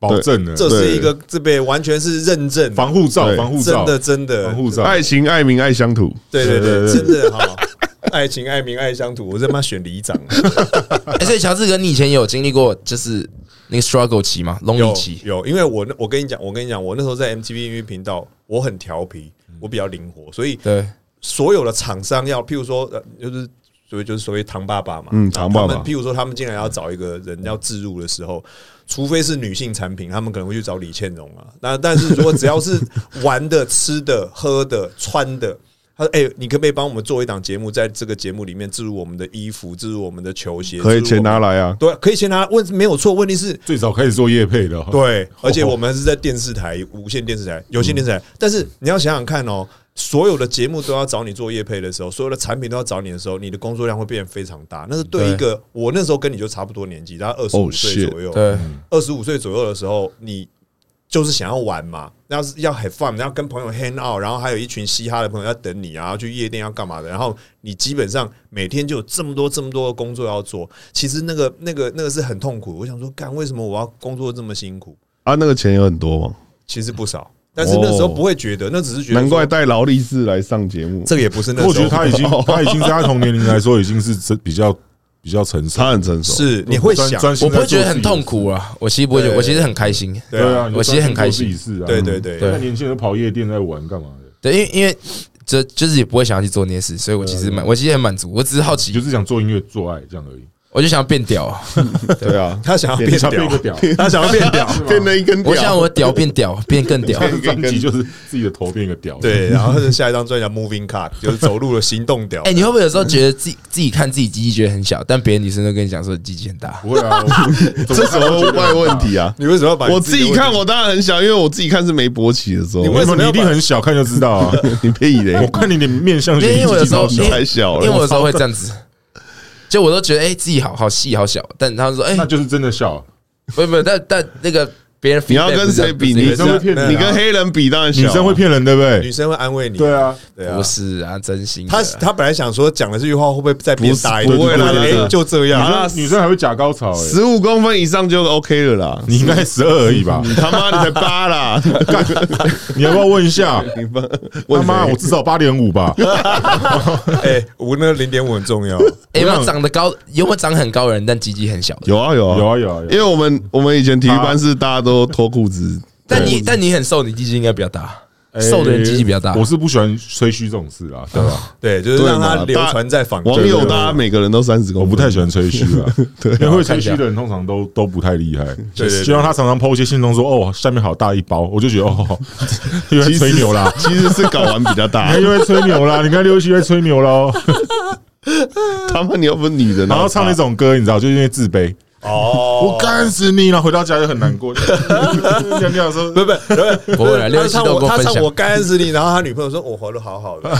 保证了，这对是一个这边完全是认证，防护罩，对防护罩真，的真的防，护罩。爱情、爱民、爱乡土。对对对对，对真的哈。爱情、爱民、爱乡土，我他妈选里长，哎，所以乔治哥，你以前有经历过就是那个 struggle 期吗？lonely 有期，有，因为我那我跟你讲，我跟你讲，我那时候在 MTV 音乐频道，我很调皮，我比较灵活，所以对，所有的厂商要，譬如说，呃，就是所谓就是所谓唐爸爸嘛，嗯然后唐爸爸他们譬如说，他们竟然要找一个人要置入的时候，除非是女性产品，他们可能会去找李倩蓉啊。那但是如果只要是玩的、吃的、喝的、穿的，他说：“哎、你可不可以帮我们做一档节目，在这个节目里面置入我们的衣服，置入我们的球鞋，可以置入钱拿我们来啊。对，可以钱拿。问没有错，问题是最早开始做夜配的哦，对，而且我们还是在电视台、无线电视台、有线电视台。但是你要想想看哦，所有的节目都要找你做业配的时候，所有的产品都要找你的时候，你的工作量会变得非常大。那是对一个我那时候跟你就差不多年纪，大概二十五 Oh 岁 shit 左右，对，二十五岁左右的时候，你就是想要玩嘛，要是要 have fun，要跟朋友 hang out，然后还有一群嘻哈的朋友要等你啊，然后去夜店要干嘛的，然后你基本上每天就有这么多这么多的工作要做，其实那个那个那个是很痛苦。我想说，干为什么我要工作这么辛苦？啊，那个钱有很多吗？其实不少，但是那时候不会觉得，那只是觉得说哦难怪带劳力士来上节目，这个也不是那时候，我觉得他已经他已经在他同年龄来说已经是真比较比较成熟，他很成熟。是你会专想，专心我在做不会自己觉的得事，很痛苦啊，我其实不会觉得，对我其实很开心。对对啊，啊，你就我其实很开心专心做自己事啊，对对对那年轻人跑夜店在玩干嘛的？对，因为因为这就是也不会想要去做那些事，所以我其实满，我其实很满足，我只是好你奇就，是想做音乐做爱这样而已，我就想要变屌啊，对啊，他想要变你想变屌个，屌， 他想要变屌，变了一根我想要屌。我屌变屌，变更屌。他的专辑就是自己的头变个屌，对，然后是下一张专辑叫《Moving Card》，就是走路的行动屌哎、。你会不会有时候觉得自己自己看自己鸡鸡觉得很小，但别的女生都跟你讲说鸡鸡很大？不会啊，这这什么怪问题啊？你为什么要把你 我自己的问题看，我当然很想，因为我自己看是没勃起的时候你。为为什什么你么要一定把很小，看就知道啊！你屁我嘞，看你的面相，因为因为我有时候小因为太小因为了。我有时候会这样子，就我都觉得哎、自己好好细好小，但他说哎、那就是真的笑。不不，但但那个别人 你要跟 feedback 谁比？不你是女生会骗你啊你跟黑人比当然小女啊生会骗人，对不女对？生会安慰你，对啊，对啊不。是啊，真心的他他本来想说讲的这句话会不会再变大一点？不是不会啦对对对真的哎就这好啦样。啊女生还会假高潮哎、十五公分以上就 OK 了啦。你应该十二而已吧？你他妈你才八 啦！你要不要问一下？你不他问妈，谁我至少八点五吧。哎，我那零点五很重要。哎有没有长得高，有没有长很高的人但鸡鸡很小的？有啊有啊有啊有啊有因为啊，我们我们以前体育班是大家都脱裤子，但你但你很瘦，你鸡鸡应该比较大，哎瘦的人鸡鸡比较大。我是不喜欢吹嘘这种事啦，对吧？对，就是让对它嘛流传在坊间网友啊大家每个人都三十公我分，不太喜欢吹嘘啦，因为会吹嘘的人通常都都不太厉害。对对就像他常常抛一些信中说：“哦，下面好大一包。”我就觉得哦，又在吹牛 啦，其实是睾丸比较大你。看又在吹牛啦，你看六七在吹牛喽。他妈你又不是女的，然后唱那种歌，你知道，就是因为自卑，哦我，干死你了。回到家就很难过，尿尿的时候不不不不不会啦六他七唱都有我跟我他分享唱我干死你，然后他女朋友说我活得好好的，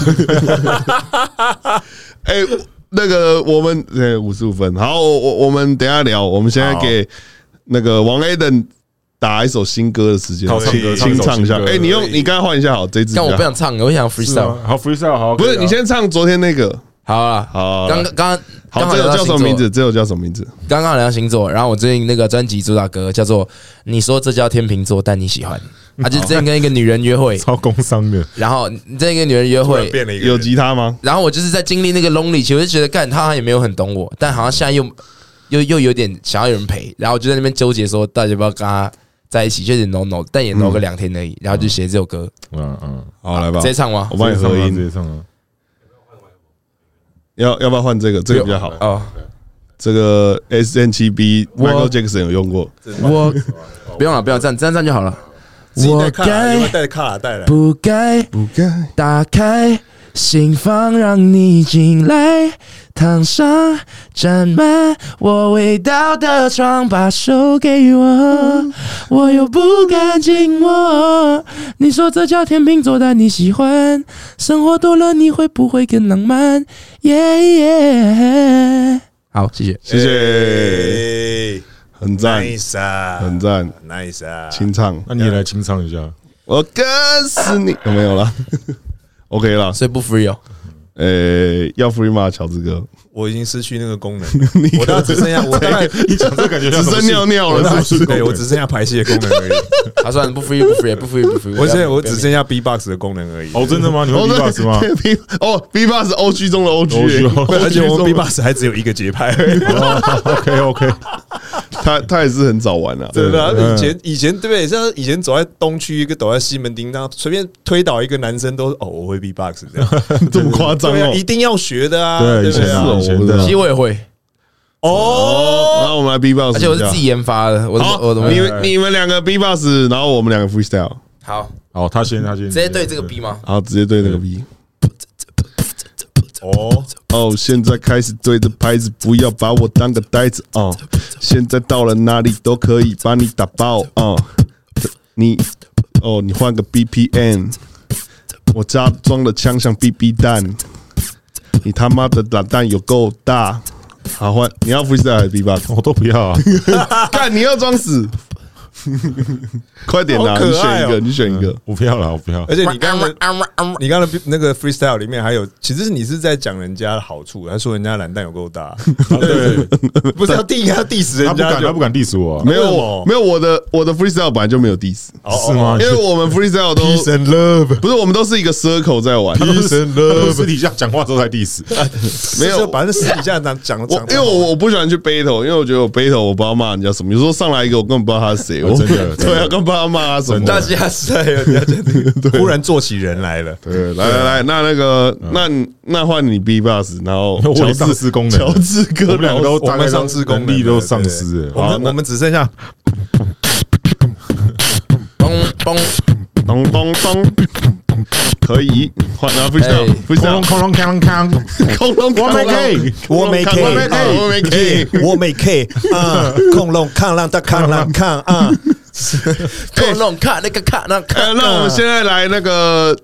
哎，那个我们呃五十五分，好，我我我们等一下聊，我们现在好给那个王 A 的打一首新歌的时间好，唱清歌唱一首唱一下新。歌哎，你用你刚才换一下好，这一支比较但好我不想唱，我想是 freestyle 啊。好 freestyle 好，不可是以啊你先唱昨天那个，好啊啦，好刚刚刚刚好，好这首聊到叫什星么名座，字？这首叫什么名字？刚刚聊到星座，然后我最近那个专辑主打歌叫做《你说这叫天秤座，但你喜欢》， 啊，就之前跟一个女人约会，超工伤的，然后你跟一个女人约突会然，变了一个人有吉他吗？然后我就是在经历那个 lonely 期，我就觉得干他好像也没有很懂我，但好像现在又又又有点想要有人陪，然后我就在那边纠结说到底要不要跟他在一起，就是 no no，但也 no 个两天而已，然后就写这首歌，嗯嗯，嗯好，来吧直，接唱吗我？帮你合直音。接唱啊，要要不要换这个？这个比较好。哦，这个 S N 七 B Michael Jackson 有用过。我不用了，不要站，站站就好了。自己带我卡啊拉，该有没有带卡拉带来？不该不该打开心房让你进来，躺上沾满我味道的床，把手给我，我又不敢紧握。你说这叫天秤座，但你喜欢，生活多了你会不会更浪漫？耶耶！好，谢谢。谢谢，谢，很赞，哎 nice 啊，哎很赞， nice 啊，清唱。那你也来清唱一下，我干死你，有没有啦 ？OK 啦，所以不 free 哦，呃，要 free 吗？乔治哥，我已经失去那个功能了，我大概只剩下我 大概你讲这感觉像只什么剩戏尿尿我哪了，有是不是？对我只剩下排泄的功能而已。啊，算了，不 free 不 free 不 free 不 free，我现在我只剩下 B box 的功能而已。哦，真的吗？你会哦 B box 吗？对 B 哦，B bus O G 中的 O G， OG 而且我们 B bus box 还只有一个节拍， OK OK， 他他也是很早玩 啊，真的啊。以前以前对不对？像以前走在东区，一个走在西门町，那随便推倒一个男生都是哦，我会 B box 这样，这么夸张对啊，哦一。定要学的啊，对对以不前对是啊？哦以前我不知的道其实我也会，哦，然后我们来 B bus，而且我是自己研发的，我好我怎，么你哎们你们两个 B bus，然后我们两个 freestyle，好哦好，他先他先直接对这个 B 吗？然后直接对那个 B。哦，哦，现在开始对着拍子，不要把我当个呆子啊、哦现在到了哪里都可以把你打爆啊、哦你哦，你换个 BPM，我家装了枪像 BB 弹，你他妈的胆蛋有够大。好换，你要 freestyle 还是 B 吧？我都不要啊， 干，你要装死，快点啦！好你可选爱一哦个，你选一个。我不要了，我不要而。且你刚刚你刚刚的那个 freestyle 里面还有，其实你是在讲人家的好处，他说人家懒蛋有 够大，对，不是要 diss 要 diss 他人不敢，家他就不敢 diss 我啊，哦没嗯为什有么，啊没有，我的我的 freestyle 本来就没有 diss，是吗？因为我们 freestyle 都 peace and love，不是我们都是一个 circle 在玩，他都是他都是私底下讲话之后才 diss，没有是反正私底下讲讲我讲，因为我我不喜欢去 battle，因为我觉得我 battle 我不知道骂人家什么。有时候上来一个我根本不知道他是谁，我哦真的对啊，根本不知道骂他什么。大家是在 忽然做起人来了，对，来来嗯来，那那个那那换你 B boss，然后 我乔也丧治失功能乔治哥我们两个都我大概们都上次功能力都丧失对对对了。我好们我们只剩下嘣嘣，咚咚咚，可以换，啊然后 freestyle 哎 freestyle，恐龙恐龙恐龙，恐龙 我没 K，我没 K，我没 K，我没啊哎 K， 我没 K 啊，控龙抗浪的抗浪抗啊，看那看那个看那哎，看，那啊我们现在来那个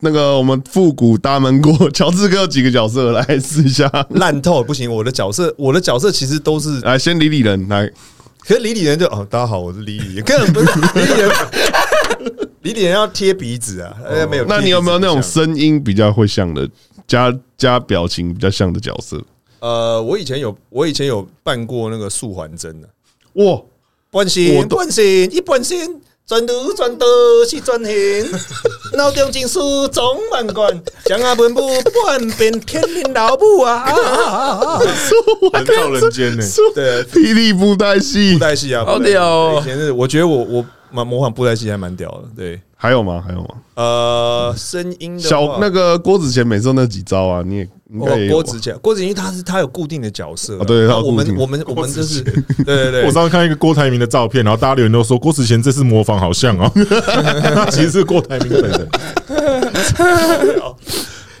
那个我们复古大门过， 乔治哥有几个角色来试一下。烂透不行。我的角色，我的角色其实都是，来，先理理人，来，可是李李人就哦，大家好，我是李李人，根本不是李李人，李李人要贴鼻子啊，呃，没有。那你有没有那种贴鼻子声音比较会像的，加加表情比较像的角色？不像？呃，我以前有，我以前有办过那个素还真的，哇，我半仙都半仙一半仙。转头转头是转型，脑中尽是总万贯，将啊文武半边天灵老母啊！啊啊啊啊人造人间呢？ 欸对，霹雳布袋戏布袋戏啊，好屌哦布袋戏以前是，我觉得我我蛮模仿布袋戏还蛮屌的。对，还有吗？还有吗？呃，声音的话小那个郭子贤每次都那几招啊，你也应该哦也有郭吧。子健，郭子健他是他有固定的角色啊，哦对他有那我固们定我们我们这 是对对对， 我上次看一个郭台铭的照片，然后大家留言都说郭子贤这次模仿好像 哦，他其实是郭台铭本人。其实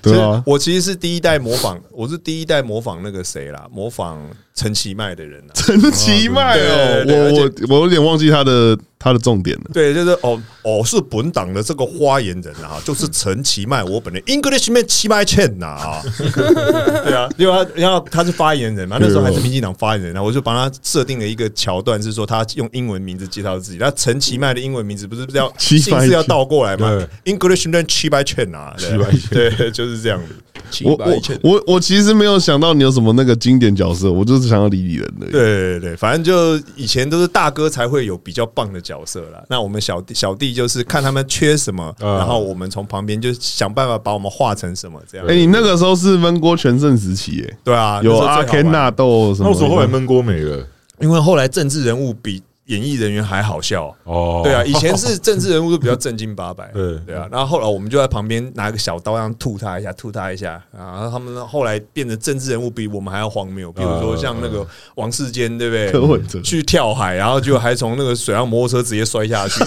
对啊，我其实是第一代模仿，我是第一代模仿那个谁啦，模仿陈其迈的人啊。陈其迈哦对，对对我我我有点忘记他的他的重点了。对，就是哦哦，是本党的这个发言人啊，就是陈其迈，我本人 Englishman 其迈欠呐啊，对啊，因为他然后他是发言人嘛，啊那时候还是民进党发言人啊，我就帮他设定了一个桥段，是说他用英文名字介绍自己，那陈其迈的英文名字不是不是要齐姓迈是要倒过来吗？Englishman 其迈欠呐，对啊齐迈欠对，就是这样子，我我我我其实没有想到你有什么那个经典角色，我就是想要理理人的。对对对，反正就以前都是大哥才会有比较棒的角色啦。那我们小弟小弟就是看他们缺什么，啊然后我们从旁边就想办法把我们化成什么这样。哎、你那个时候是温锅全盛时期、耶，对啊，有那时候阿最好玩 Ken 纳，豆什那么？我说后来闷锅没了因为后来政治人物比演艺人员还好笑。哦，对啊，以前是政治人物都比较正经 八百，对对啊。然后后来我们就在旁边拿个小刀，这样吐他一下，吐他一下。然后他们后来变得政治人物比我们还要荒谬，比如啊说像那个王世坚，对不 对？柯文 哲去跳海，然后就还从那个水上摩托车直接摔下 去。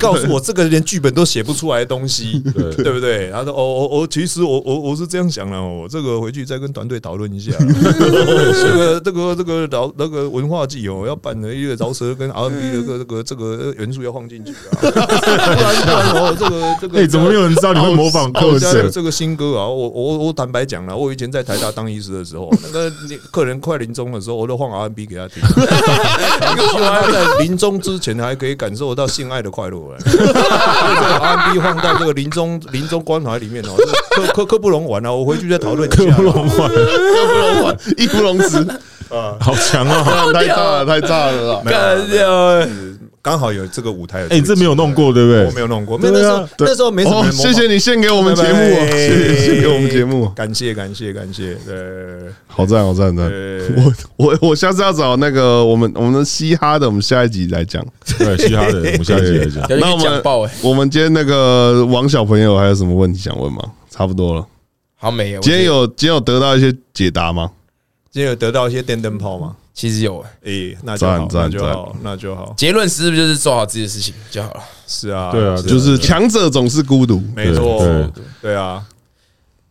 告诉我这个连剧本都写不出来的东西，对对不对？然后说哦哦哦，其实我我我是这样想的，我这个回去再跟团队讨论一 下。这个这个这个饶那个文化祭哦，要办的一个饶舌跟 R&B 的这个这个这个元素要放进去 啊，不然不然哦这个这个哎，怎么没有人知道你会模仿 哦柯我家的神？这个新歌啊，我我我坦白讲了，我以前在台大当医师的时 候，那个你客人快临终的时候，我都放 R&B 给他听，希望他在临终之前还可以感受到性爱的快乐。哎这个 R&B 放到这个临终临终关怀里面哦，这刻刻刻不容缓啊！我回去再讨论一下。柯不容缓， 义不容 辞，好强哦！太炸了，太炸了啦！干掉，刚好有这个舞台，哎，你这没有弄过对不我没对？有弄过，没有那时候对那时候没什么啊哦，人模谢仿。谢你献给我我们节目哦，谢谢你献给我们节目，啊感谢感谢感谢，对。好赞，好赞，好赞！对我我我下次要找那个我们我们的嘻哈的，我们下一集来讲。对，嘻哈的，我们下一集来讲。有那点我讲们爆哎，我们今天那个王小朋友还有什么问题想问吗？差不多了，好美哦。今天有今天有得到一些解答吗？今天有得到一些电灯泡吗？其实有哎，诶、那就好，赞那赞就好，那就好，结论是不是就是做好自己的事情就好了？是啊，对啊，就是强者总是孤独，没错对对，对啊，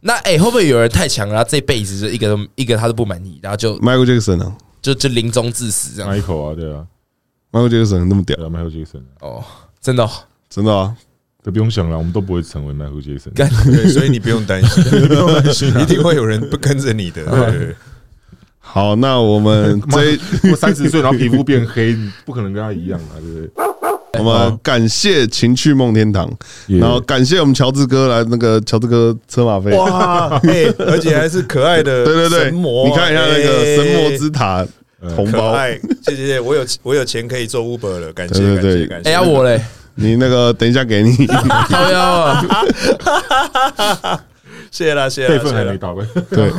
那哎、会不会有人太强了，然后这辈子就一个都一个他都不满意，然后就 Michael Jackson 啊就就临终致死这样？ Michael 啊，对啊， ，Michael Jackson 那么屌对，啊，Michael Jackson，哦，真的、哦，真的啊，都不用想了，我们都不会成为 Michael Jackson。干对，所以你不用担心，你不用 担心，一 定会有人不跟着你的。对，好，那我们 这我三十岁，然后皮肤变黑，不可能跟他一样啊，对不对？我们感谢情趣梦天堂，也然后感谢我们乔治哥来那个乔治哥车马费，哇，哎，而且还是可爱 的，对对对，神魔，你看一下那个哎神魔之塔红可包，爱，谢谢谢谢，我有我有钱可以做 Uber 了，感谢对对感谢对感谢。哎呀、我嘞，你那个等一下给你， 靠腰啊！谢谢啦，谢谢辈啦，谢分谢还啦没。到位。对，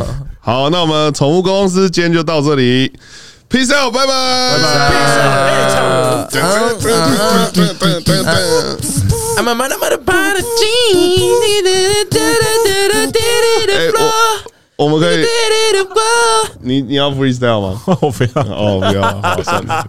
好，那我们宠物公司今天就到这里，peace out，拜拜， I'm a mother mother body jeans，哎我们可以， floor，floor。你你要 freestyle 吗？ 我不要。哦，不要，好，算了。